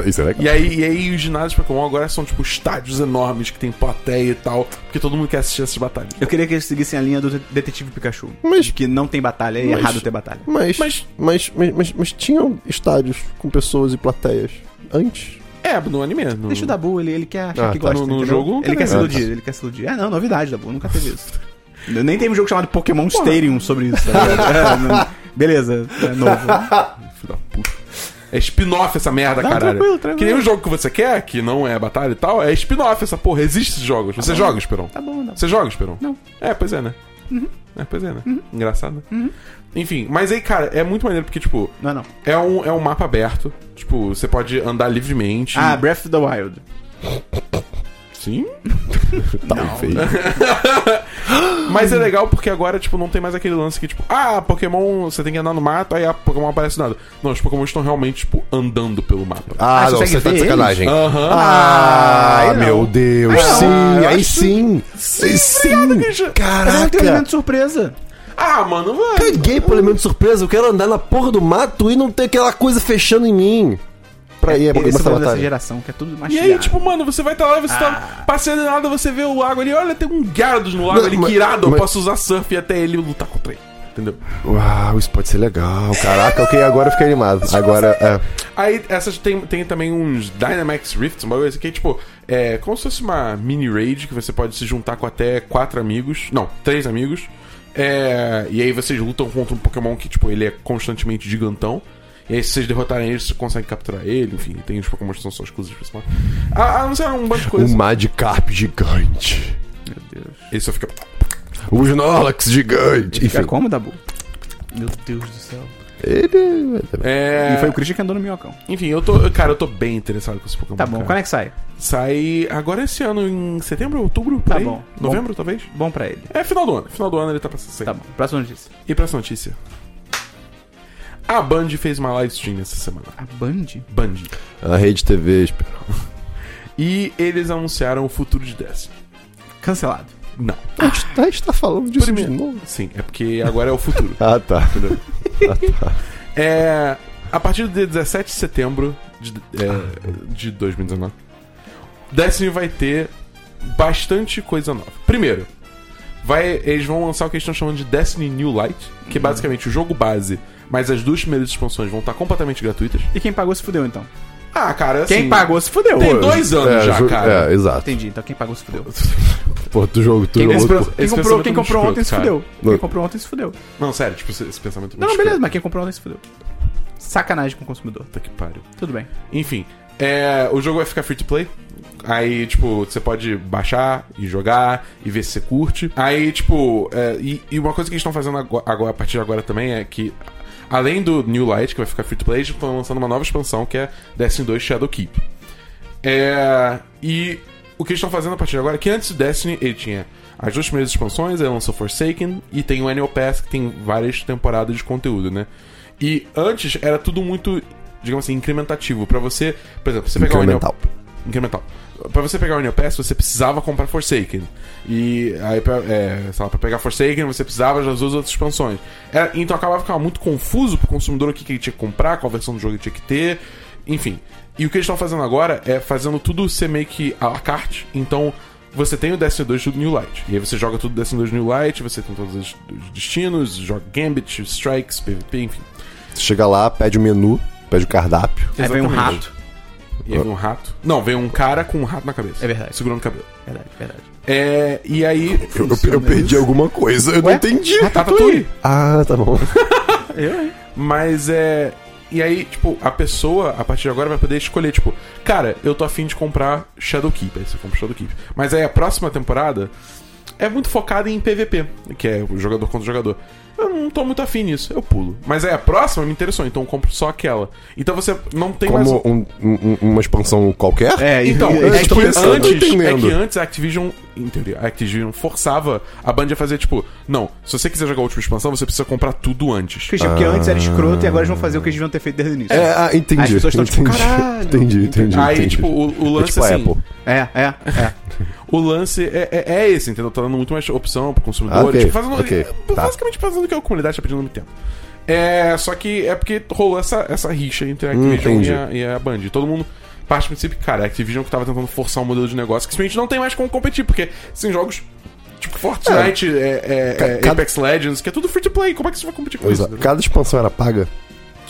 isso é legal. E aí, e aí os ginásios Pokémon agora são, tipo, estádios enormes que tem plateia e tal, porque todo mundo quer assistir essas batalhas. Eu queria que eles seguissem a linha do Detetive Pikachu. Mas- De que não tem batalha, é mas- errado ter batalha. Mas Mas- mas, mas, mas, mas, tinham estádios com pessoas e plateias antes? É, no anime. No... Deixa o Dabu, ele, ele quer achar Ah, que tá. gosta. No- no entendeu? jogo nunca ele quer teve se nada. iludir, ele quer se iludir. É, não, novidade, Dabu, nunca teve isso. Nem teve um jogo chamado Pokémon Stadium sobre isso. tá ligado? É, não- Beleza, é novo. Filho da puta. É spin-off essa merda, Não, caralho. tranquilo, tranquilo. Que nem o jogo que você quer, que não é batalha e tal, é spin-off essa porra. Existe esses jogos. Você joga, Esperon? Tá bom, não. Você joga, Esperon? Não. Uhum. É, pois é, né? É, pois é, né? Engraçado, né? Enfim, mas aí, cara, é muito maneiro porque, tipo, Não, é não. é um, é um mapa aberto. Tipo, você pode andar livremente. Ah, Breath of the Wild. Sim. Talvez. Mas é legal porque agora, tipo, não tem mais aquele lance que, tipo, ah, Pokémon, você tem que andar no mato, aí a Pokémon aparece do nada. Não, os Pokémon estão realmente, tipo, andando pelo mapa. Ah, Ah, não, consegue você tá de ver sacanagem. Aham. Ah, não. meu Deus. Ah, não. sim, Eu aí acho- sim. Aí sim. Mas Christian. não tem um elemento Caraca. de surpresa. Ah, mano, vai. Caguei pro elemento surpresa. Eu quero andar na porra do mato e não ter aquela coisa fechando em mim. Pra ir Esse é, é o começar a problema dessa batalha. geração, que é tudo mais E aí, tipo, mano, você vai estar tá lá, você tá passeando e nada, você vê o lago ali, olha, tem um Gyarados no lago Ah. Não, ali, mas- que irado, eu mas- posso usar surf e até ele lutar contra ele. Entendeu? Uau, isso pode ser legal. Caraca, ok, agora eu fiquei animado. Agora, é. Aí, essas tem, tem também uns Dynamax Rifts, uma coisa que é tipo, é como se fosse uma mini raid que você pode se juntar com até quatro amigos, não, três amigos. É, e aí vocês lutam contra um Pokémon que, tipo, ele é constantemente gigantão. E aí, se vocês derrotarem ele, você consegue capturar ele, enfim, tem uns Pokémon que são só exclusivos pra esse mapa. Ah, ah, não sei, um monte de coisa. Um Madcap gigante. Ele só fica. Tá Um Snorlax gigante. É Enfim, como, Dabu? Meu Deus do céu. ele... É... E foi o Christian que andou no minhocão. Enfim, eu tô. Cara, eu tô bem interessado com esse Pokémon. Tá bom, cara. quando é que sai? Sai agora esse ano, em setembro, outubro, por Tá aí? bom. Novembro, talvez? Bom pra ele. É final do ano. Final do ano ele tá pra sair. Tá bom, próxima notícia. E pra essa notícia? A Band fez uma live stream essa semana. A Band? Band. A rede TV, espera. E eles anunciaram o futuro de Destiny. Cancelado. Não. A gente tá, a gente tá falando disso Primeiro- de novo. Sim, é porque agora é o futuro. Ah, tá. É, a partir do dia 17 de setembro de, é, de 2019, Destiny vai ter bastante coisa nova. Primeiro, vai, eles vão lançar o que eles estão chamando de Destiny New Light, que é basicamente o jogo base, mas as duas primeiras expansões vão estar completamente gratuitas. E quem pagou se fudeu, então. Ah, cara, assim, Quem pagou se fudeu. Tem dois anos já, ju- cara. É, exato. Entendi, então quem pagou se fudeu. Pô, tu jogo, tu Quem jogou. comprou- tu- Quem Esse comprou, quem pensamento é muito comprou ontem se escroto, fudeu. Quem Não. comprou ontem se fudeu. Não, sério, tipo, esse, esse pensamento é muito Não, escroto. beleza, mas quem comprou ontem se fudeu. Sacanagem com o consumidor. Puta que pariu. Tudo bem. Enfim, é, o jogo vai ficar free to play. Aí, tipo, você pode baixar e jogar e ver se você curte. Aí, tipo, é, e, e uma coisa que eles estão fazendo ago- agora, a partir de agora também é que, além do New Light, que vai ficar free to play, eles estão lançando uma nova expansão que é Destiny 2 Shadowkeep. É, e o que eles estão fazendo a partir de agora é que antes do Destiny ele tinha as duas primeiras expansões, ele lançou Forsaken e tem o Annual Pass que tem várias temporadas de conteúdo, né? E antes era tudo muito, digamos assim, incrementativo. Pra você, por exemplo, você pegar o Annual Incremental. incremental. Pra você pegar o Annual Pass, você precisava comprar Forsaken. E aí, pra, é, sei lá, pra pegar Forsaken, você precisava das duas outras expansões. Era- então acabava ficando muito confuso pro consumidor o que, que ele tinha que comprar, qual versão do jogo ele tinha que ter, enfim. E o que eles estão fazendo agora é fazendo tudo ser meio que à la carte. Então você tem o Destiny 2 do New Light. E aí você joga tudo Destiny 2 New Light, você tem todos os os destinos, joga Gambit, Strikes, PvP, enfim. Chega lá, pede o menu. pede o cardápio. Aí vem um Exatamente. rato. E aí vem um rato. Não, vem um cara com um rato na cabeça. Ah. É verdade. Segurando o cabelo. Verdade, verdade. É, e aí. Eu, eu- eu perdi alguma coisa, eu não entendi. tá. Ratatouille. Ah, tá bom. Mas é. E aí, tipo, a pessoa, a partir de agora, vai poder escolher, tipo, cara, eu tô afim de comprar Shadowkeep. Aí você compra Shadowkeep. Mas aí a próxima temporada é muito focada em PVP, que é o jogador contra o jogador. Eu não tô muito afim nisso, eu pulo. Mas aí a próxima me interessou, então eu compro só aquela. Então você não tem mais. Como um- um- um- uma expansão qualquer? É, e- Então, e- eu é estou que pensando, eu antes, tô é entendendo. que antes a Activision, em teoria, a Activision forçava a Band a fazer, tipo, não, se você quiser jogar a última expansão, você precisa comprar tudo antes. Christian, porque antes era escroto e agora eles vão fazer o que eles deviam ter feito desde o início. É, ah, entendi. As pessoas estão tipo, entendi, caralho. Entendi, entendi. Aí, entendi. tipo, o- o É lance, tipo a assim, Apple. É, é, é. O lance é, é, é esse, entendeu? Tá dando muito mais opção pro consumidor. Ah, ok, tipo, fazendo, ok, é, tá. Basicamente fazendo o que a comunidade tá pedindo há muito tempo. É, só que é porque rolou essa, essa rixa entre a Hum, Activision e, entendi. a, e a Band. Todo mundo parte do princípio que, cara, a Activision é que tava tentando forçar um modelo de negócio que simplesmente não tem mais como competir, porque sem jogos tipo Fortnite, é, é, é, cada- Apex Legends, que é tudo free to play, como é que você vai competir com Exato. isso? entendeu? Cada expansão era paga?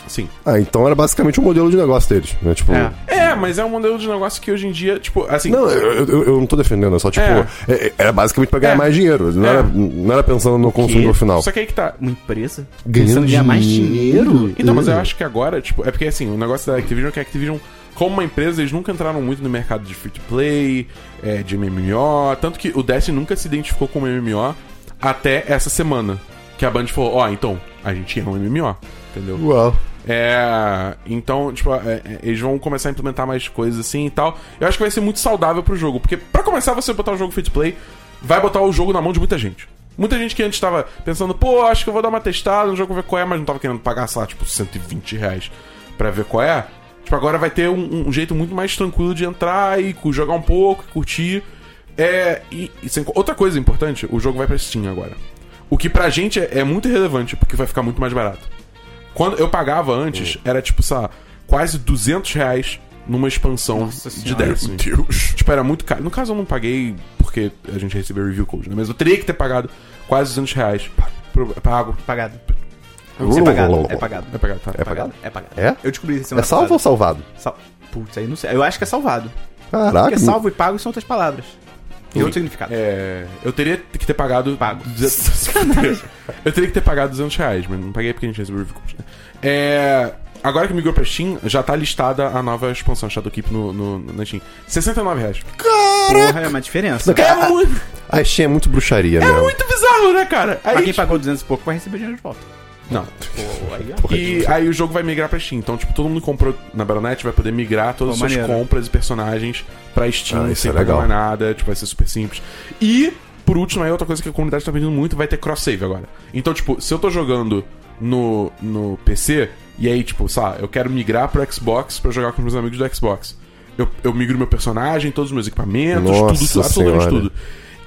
Sim. Ah, então era basicamente o modelo de negócio deles. Né? Tipo, É. É, mas é um modelo de negócio que hoje em dia, tipo, assim. Não, é eu, eu- eu não tô defendendo, é só tipo. É. é- é- Era basicamente pra ganhar É. mais dinheiro. Não, É. era, não era pensando no consumidor final. Só que aí que tá. Uma empresa? Ganhando Pensando em ganhar mais dinheiro? dinheiro? Então, mas Uhum. eu acho que agora, tipo, é porque assim, o negócio da Activision é que a Activision, como uma empresa, eles nunca entraram muito no mercado de free to play, é, de MMO. Tanto que o Destiny nunca se identificou como MMO até essa semana. Que a Band falou, ó, então, a gente é um MMO, entendeu? Uau. É. Então, tipo, é, é, eles vão começar a implementar mais coisas assim e tal. Eu acho que vai ser muito saudável pro jogo, porque pra começar você botar o jogo free to play, vai botar o jogo na mão de muita gente. Muita gente que antes tava pensando, pô, acho que eu vou dar uma testada no jogo ver qual é, mas não tava querendo pagar, sei lá, tipo, 120 reais pra ver qual é. Tipo, agora vai ter um, um jeito muito mais tranquilo de entrar e cu- jogar um pouco, e curtir. É. E, e sem co- outra coisa importante, o jogo vai pra Steam agora. O que pra gente é- é muito irrelevante, porque vai ficar muito mais barato. Quando eu pagava antes, era tipo, sei lá, quase 200 reais numa expansão de Destiny. Deus. Tipo, era muito caro. No caso, eu não paguei porque a gente recebeu review code, né? Mas eu teria que ter pagado quase 200 reais. Pro, é pago. Pagado. Uou, É pagado. uou, É uou. pagado. É pagado, tá? É pagado. É pagado. É? Eu descobri isso Uh. É salvo ou salvado? Sal... Putz, aí não sei. Eu acho que é salvado. Ah, Caraca. Porque é salvo e pago são outras palavras. Tem outro significado. É, eu teria que ter pagado. Pago. Sacanagem. eu teria que ter pagado 200 reais, mas não paguei porque a gente recebeu o review code, né? É. Agora que migrou pra Steam, já tá listada a nova expansão Shadowkeep no, no, na Steam. R$ 69 reais. Porra, é uma diferença. Não, cara, muito, A Steam é muito bruxaria, é né? muito bizarro, né, cara? Aí, Pra tipo quem pagou 200 e pouco vai receber dinheiro de volta. Não. Pô, Tipo, aí, é né? ó. E aí o jogo vai migrar pra Steam. Então, tipo, todo mundo que comprou na Baronet vai poder migrar todas as Pô, suas maneiro. compras e personagens pra Steam Ah, isso sem é pagar legal. mais nada. Tipo, vai ser super simples. E, por último, aí outra coisa que a comunidade tá pedindo muito vai ter cross-save agora. Então, tipo, se eu tô jogando no, no PC, e aí, tipo, sei lá, eu quero migrar pro Xbox pra jogar com os meus amigos do Xbox. Eu, eu migro meu personagem, todos os meus equipamentos, tudo, tudo, Nossa absolutamente Senhora. tudo.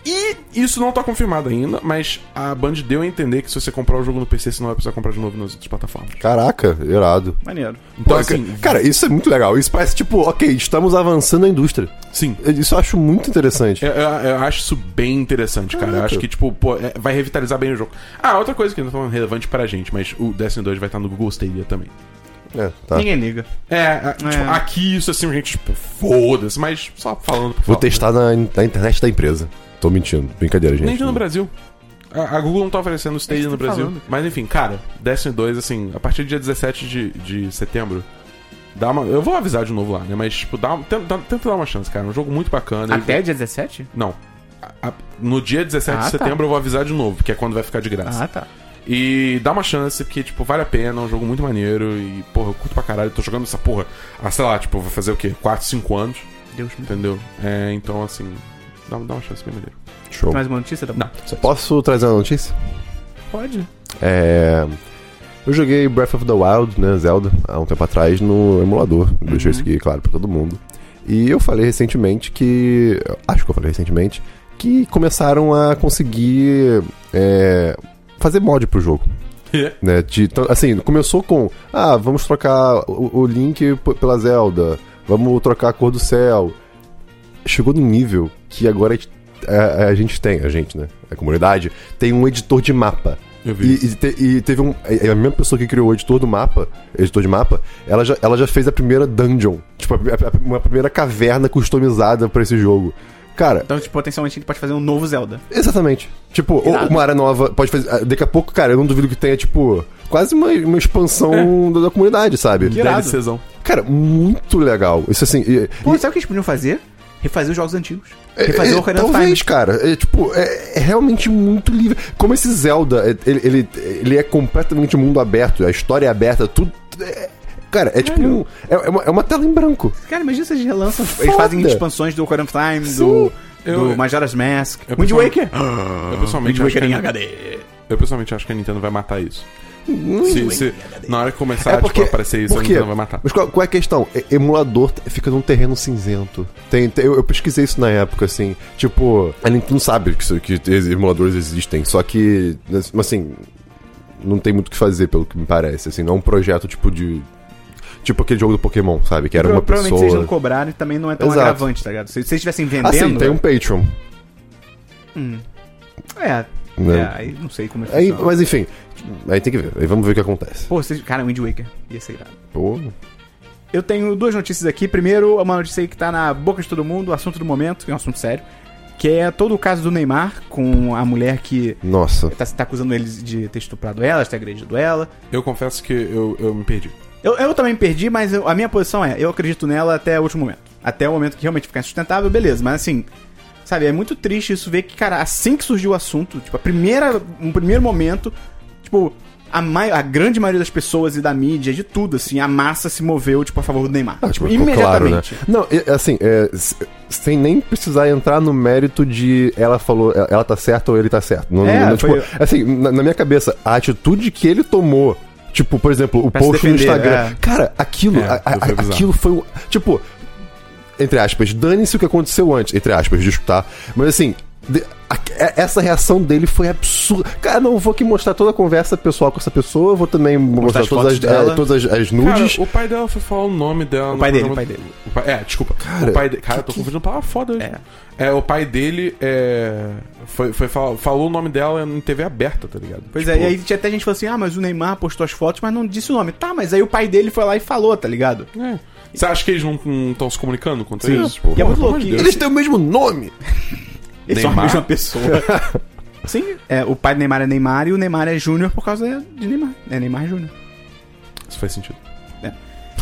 E isso não tá confirmado ainda, mas a Band deu a entender que se você comprar o jogo no PC, você não vai precisar comprar de novo nas outras plataformas. Caraca, irado. Maneiro. Então, Pô, assim, cara, isso é muito legal. Isso parece tipo, ok, estamos avançando a indústria. sim. Isso eu acho muito interessante. Eu, eu- eu acho isso bem interessante, cara. Eu Caraca. acho que, tipo, pô, é- vai revitalizar bem o jogo. Ah, outra coisa que não é tão relevante pra gente, mas o Destiny 2 vai estar no Google Stadia também. É, tá. Ninguém liga. É, a- tipo, É. aqui isso assim, a gente, tipo, foda-se, mas só falando por Vou falar, testar na, na internet da empresa. Tô mentindo. Brincadeira, Né? gente. Nem no Brasil. A, a Google não tá oferecendo Stadia Eles no tão Brasil. falando. Mas enfim, cara, Destiny 2, assim, a partir do dia 17 de, de setembro. Dá uma, eu vou avisar de novo lá, né? Mas, tipo, dá, tenta, tenta dar uma chance, cara. É um jogo muito bacana. Ele- Até dia 17? Não. A- a- no dia 17 de Ah, tá. setembro eu vou avisar de novo, que é quando vai ficar de graça. Ah, tá. E dá uma chance, porque, tipo, vale a pena, é um jogo muito maneiro. E, porra, eu curto pra caralho. Tô jogando essa porra há, sei lá, tipo, vai fazer o quê? 4, 5 anos, Deus Tá me entendeu? É, então, assim, dá, dá uma chance bem maneiro. Show. Mais uma notícia? Tá bom. Não, Posso trazer uma notícia? Pode. É. Eu joguei Breath of the Wild, né, Zelda, há um tempo atrás no emulador. Deixei isso aqui claro pra todo mundo. E eu falei recentemente que. Acho que eu falei recentemente. Que começaram a conseguir. é, fazer mod pro jogo. É? né? De, então, assim, começou com: ah, vamos trocar o, o Link p- pela Zelda, vamos trocar a cor do céu. Chegou num é, nível que agora a, gente- a- a gente tem, a gente, né? A comunidade tem um editor de mapa. Eu vi. E, e te- e teve um. A a mesma pessoa que criou o editor do mapa, editor de mapa, ela já, ela já fez a primeira dungeon. Tipo, a- a- a- uma primeira caverna customizada pra esse jogo. Cara, Então, tipo, potencialmente a gente pode fazer um novo Zelda. exatamente. Tipo, ou Irado. uma área nova pode fazer. ah, Daqui a pouco, cara, eu não duvido que tenha, tipo, quase uma, uma expansão da, da comunidade, sabe? É. irado. DLCzão. Cara, muito legal. Isso assim. e- Pô, e- sabe o que eles podiam fazer? Refazer os jogos antigos. É, Refazer é, o Ocarina of Talvez, Time. cara. É, tipo, é, é realmente muito livre. Como esse Zelda, é, ele, ele, ele é completamente mundo aberto, a história é aberta, tudo. é- cara, é tipo um, é, é uma, é uma tela em branco. Cara, imagina se eles relançam. tipo, Eles Foda. fazem expansões do Ocarina of Time, Sim. do, Eu- do Majora's Mask. eu Wind pessoalmente- Waker. Eu pessoalmente Ah, Wind acho que Waker em a- HD. Eu pessoalmente acho que a Nintendo vai matar isso. Se, se- na hora que começar tipo, a aparecer isso, a É porque- Nintendo vai matar. Mas qual, qual é a questão? E- Emulador t- fica num terreno cinzento. Tem, tem- eu, eu pesquisei isso na época, assim. Tipo, a Nintendo sabe que, isso- que esses emuladores existem, só que, assim, não tem muito o que fazer, pelo que me parece. Assim, não é um projeto tipo de. Tipo aquele jogo do Pokémon, sabe? Que era uma Provavelmente pessoa. vocês não cobraram e também não é tão Exato. agravante, tá ligado? Se vocês estivessem vendendo. Assim, tem um Patreon. É. Né? É, aí não sei como é que Aí, funciona. mas enfim, aí tem que ver. Aí vamos ver o que acontece. Pô, vocês... cara, Wind Waker. Ia ser irado. Pô, Eu tenho duas notícias aqui. Primeiro, uma notícia aí que tá na boca de todo mundo, o assunto do momento, que é um assunto sério. Que é todo o caso do Neymar com a mulher que nossa. tá, tá acusando eles de ter estuprado ela, de ter agredido ela. Eu confesso que eu, eu me perdi. Eu, eu também me perdi, mas eu- a minha posição é, eu acredito nela até o último momento. Até o momento que realmente ficar insustentável, beleza. Mas assim, sabe, é muito triste isso ver que, cara, assim que surgiu o assunto, tipo, a primeira, um primeiro momento, tipo, a, mai- a grande maioria das pessoas e da mídia, de tudo, assim, a massa se moveu, tipo, a favor do Neymar. Ah, tipo, ficou imediatamente. Claro, né? Não, e- assim, é, s- sem nem precisar entrar no mérito de ela falou, ela- ela tá certa ou ele tá certo. Não, É, não, tipo, foi- assim, na, na minha cabeça, a atitude que ele tomou, tipo, por exemplo, o Pra se post defender, no Instagram. é. Cara, aquilo, É, a- a- foi bizarro. aquilo foi um, tipo, entre aspas, dane-se o que aconteceu antes, entre aspas, desculpa, tá? Mas assim, de- a- é- essa reação dele foi absurda. Cara, não eu vou aqui mostrar toda a conversa pessoal com essa pessoa, eu vou também mostrar, as todas, fotos as, é, dela. todas as, as Cara, nudes. o pai dela foi falar o nome dela. O pai dele, o pai dele. é, desculpa. o pai de... Cara, eu tô confundindo palavra foda hoje. É. o pai dele é... foi, foi fal- falou o nome dela em TV aberta, tá ligado? Pois Tipo, é, e aí tinha até gente que falou assim, ah, mas o Neymar postou as fotos, mas não disse o nome. Tá, mas aí o pai dele foi lá e falou, tá ligado? é. Você acha que eles não estão se comunicando contra isso? E é muito pelo amor louco de que- Deus. Eles têm o mesmo nome! Eles são a Neymar? mesma pessoa. Sim, é, o pai do Neymar é Neymar e o Neymar é Júnior por causa de Neymar. É Neymar Júnior. Isso faz sentido.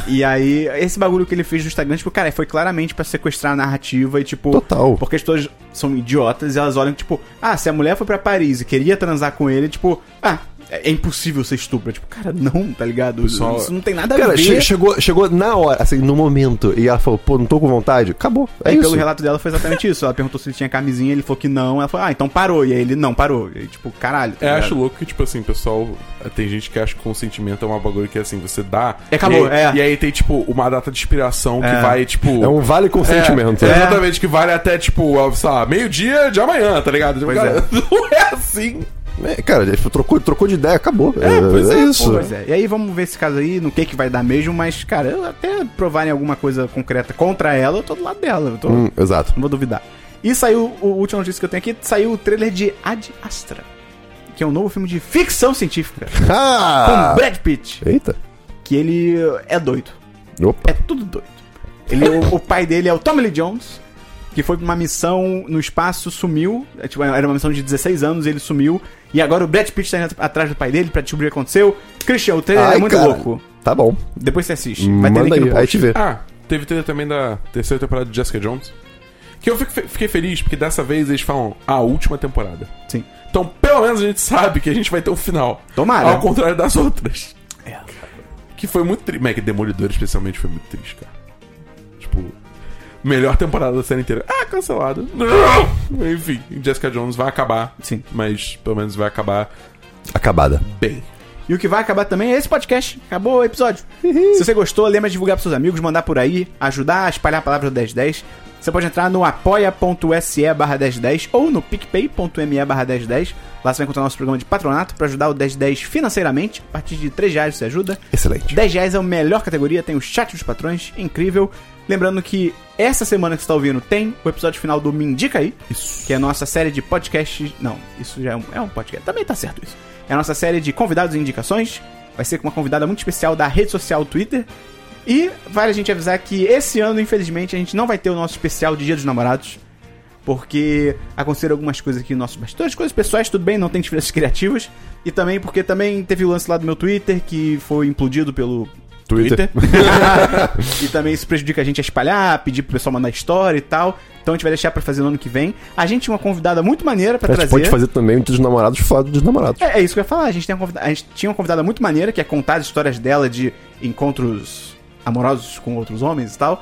E aí, esse bagulho que ele fez no Instagram, tipo, cara, foi claramente pra sequestrar a narrativa e, tipo. Total. Porque as pessoas são idiotas e elas olham, tipo, ah, se a mulher foi pra Paris e queria transar com ele, tipo, ah, é é impossível ser estupro. Tipo, cara, não, tá ligado? Pessoal- Isso não tem nada a Cara, ver. che- chegou, chegou na hora, assim, no momento, e ela falou, pô, não tô com vontade, acabou. É Aí, isso. pelo relato dela, foi exatamente isso. Ela perguntou se ele tinha camisinha, ele falou que não. Ela falou, ah, então parou. E aí ele, não, parou. E aí, tipo, caralho. tá É, ligado? acho louco que, tipo assim, pessoal, tem gente que acha que consentimento é uma bagulho que, assim, você dá... E acabou, e aí, é. E aí tem, tipo, uma data de inspiração que É. vai, tipo... É um né? vale consentimento. É, Exatamente, que vale até, tipo, ao, sei lá, meio-dia de amanhã, tá ligado? Tipo, Pois cara, Não é assim. É, Cara, ele trocou, trocou de ideia, acabou. É, pois é é, isso. Pois é. E aí vamos ver esse caso aí, no que que vai dar mesmo, mas, cara, eu até provarem alguma coisa concreta contra ela, eu tô do lado dela, eu tô- Hum, exato. não vou duvidar. E saiu, o último notícia que eu tenho aqui, saiu o trailer de Ad Astra, que é um novo filme de ficção científica, Ah! com Brad Pitt, Eita. que ele é doido, Opa. é tudo doido. Ele, o, o pai dele é o Tommy Lee Jones, que foi pra uma missão no espaço, sumiu, é, tipo, era uma missão de 16 anos, ele sumiu, e agora o Brad Pitt tá indo atrás do pai dele pra descobrir o que aconteceu. Christian, o trailer é muito cara. louco. Tá bom. Depois você assiste. Vai ter Manda link no aí, post. aí te vê. Ah, teve trailer também da terceira temporada de Jessica Jones. Que eu fico fe- fiquei feliz, porque dessa vez eles falam "Ah, a última temporada. Sim. Então, pelo menos a gente sabe que a gente vai ter um final. Tomara. Ao contrário das outras. Que foi muito triste. Mas é que Demolidor, especialmente, foi muito triste, cara. Tipo, melhor temporada da série inteira. Ah, cancelado. Não! Enfim, Jessica Jones vai acabar. Sim. Mas, pelo menos, vai acabar Acabada. bem. E o que vai acabar também é esse podcast. Acabou o episódio. Se você gostou, lembra de divulgar pros seus amigos, mandar por aí, ajudar a espalhar a palavra do 1010. Você pode entrar no apoia.se barra 1010 ou no picpay.me barra 1010. Lá você vai encontrar nosso programa de patronato para ajudar o 1010 financeiramente. A partir de 3 reais você ajuda. Excelente. 10 reais é a melhor categoria, tem o chat dos patrões, incrível. Lembrando que essa semana que você está ouvindo tem o episódio final do Me Indica Aí, que é a nossa série de podcasts. Não, isso já é um, é um podcast, também tá certo isso. É a nossa série de convidados e indicações. Vai ser com uma convidada muito especial da rede social Twitter. E vale a gente avisar que esse ano, infelizmente, a gente não vai ter o nosso especial de Dia dos Namorados. Porque aconteceram algumas coisas aqui nos nossos bastidores, coisas pessoais, tudo bem, não tem diferenças criativas. E também porque também teve o lance lá do meu Twitter, que foi implodido pelo Twitter. e também isso prejudica a gente a espalhar, pedir pro pessoal mandar história e tal. Então a gente vai deixar pra fazer no ano que vem. A gente tinha uma convidada muito maneira pra A gente trazer. pode fazer também um dos namorados fora dos namorados. É, é isso que eu ia falar. A gente, tem uma convida- a gente tinha uma convidada muito maneira, que é contar as histórias dela de encontros amorosos com outros homens e tal.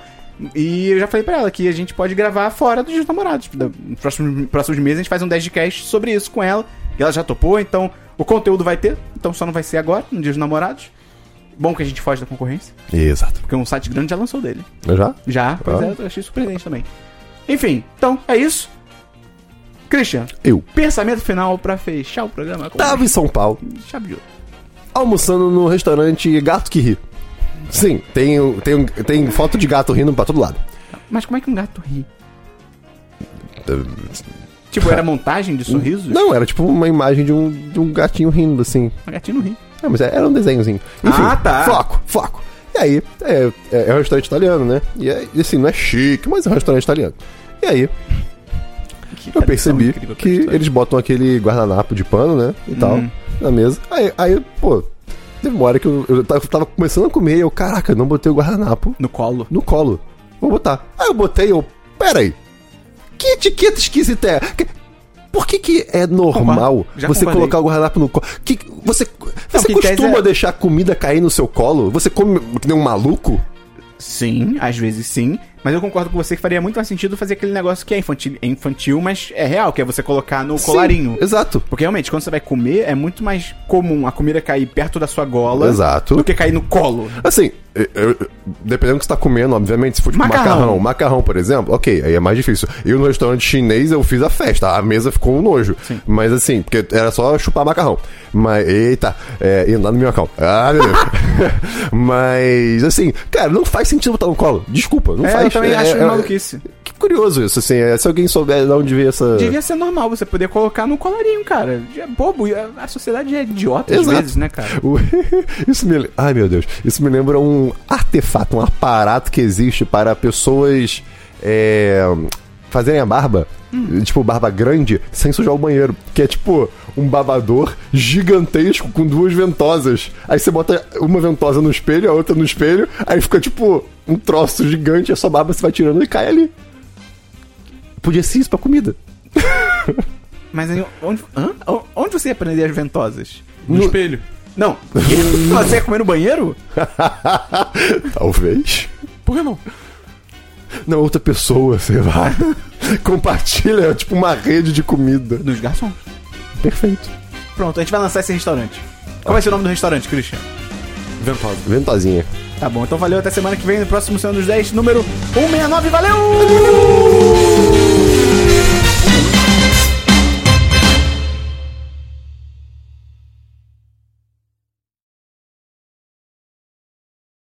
E eu já falei pra ela que a gente pode gravar fora dos dias namorados. Da- Nos próximos, próximos meses a gente faz um 10 de cast sobre isso com ela. E ela já topou, então o conteúdo vai ter. Então só não vai ser agora, no dia dos namorados. Bom que a gente foge da concorrência, Exato. porque um site grande já lançou dele. Já? Já, pois Ah. é, eu achei surpreendente também. Enfim, então é isso. Christian, Eu. pensamento final pra fechar o programa com Tava em São Paulo, chave de ouro. almoçando no restaurante Gato que Ri. Sim, tem, o- tem, o- tem foto de gato rindo pra todo lado. Mas como é que um gato ri? Tipo, era montagem de sorrisos? Não, era tipo uma imagem de um, de um gatinho rindo, assim. O Um gatinho não ri. Ah, mas era um desenhozinho. Enfim, Ah, tá. Floco, floco. E aí, é, é, é um restaurante italiano, né? E, é, e assim, não é chique, mas é um restaurante italiano. E aí, Que eu tradição percebi incrível pra que história. eles botam aquele guardanapo de pano, né? E tal, Hum. na mesa. Aí, aí, pô, teve uma hora que eu, eu tava- tava começando a comer e eu, caraca, não botei o guardanapo No colo. no colo. Vou botar. Aí eu botei, eu. Peraí. Que etiqueta esquisita é? Que- por que, que é normal Concordo. Já você concordei. colocar o guardanapo no colo? Que, você você que em tese costuma é- deixar a comida cair no seu colo? Você come que nem um maluco? Sim, às vezes sim. Mas eu concordo com você que faria muito mais sentido fazer aquele negócio que é infantil, é infantil mas é real, que é você colocar no colarinho. Sim, exato. Porque realmente, quando você vai comer, é muito mais comum a comida cair perto da sua gola Exato. do que cair no colo. Assim, eu- eu- dependendo do que você tá comendo, obviamente, se for tipo Macarrão. macarrão. macarrão, por exemplo, ok, aí é mais difícil. Eu no restaurante chinês eu fiz a festa, a mesa ficou um nojo. Mas assim, porque era só chupar macarrão. Mas, eita, é, e andar no minhocão. Ah, meu Deus. Mas, assim, cara, não faz sentido botar no colo. Desculpa, não É, faz eu também é, acho é, maluquice. Que curioso isso, assim, é, se alguém souber de onde veio essa. Devia ser normal você poder colocar no colarinho, cara. É bobo. e A a sociedade é idiota às Exato. vezes, né, cara? O- Isso me... Ai, meu Deus. Isso me lembra um artefato, um aparato que existe para pessoas é, fazerem a barba, tipo barba grande, sem sujar o banheiro. Que é tipo um babador gigantesco com duas ventosas. Aí você bota uma ventosa no espelho, a outra no espelho, aí fica tipo um troço gigante, a sua barba se vai tirando e cai ali. Podia ser isso pra comida. Mas aí, onde, hã? O- onde você ia aprender as ventosas? No espelho. Não. você ia comer no banheiro? Talvez. Por que não? na outra pessoa, sei lá. Compartilha, tipo, uma rede de comida. Dos garçons. Perfeito. Pronto, a gente vai lançar esse restaurante. Qual vai ser o nome do restaurante, Christian? Ventosa. Ventosinha. um Tá bom, então valeu, até semana que vem, no próximo Senhor dos 10, número 169, valeu!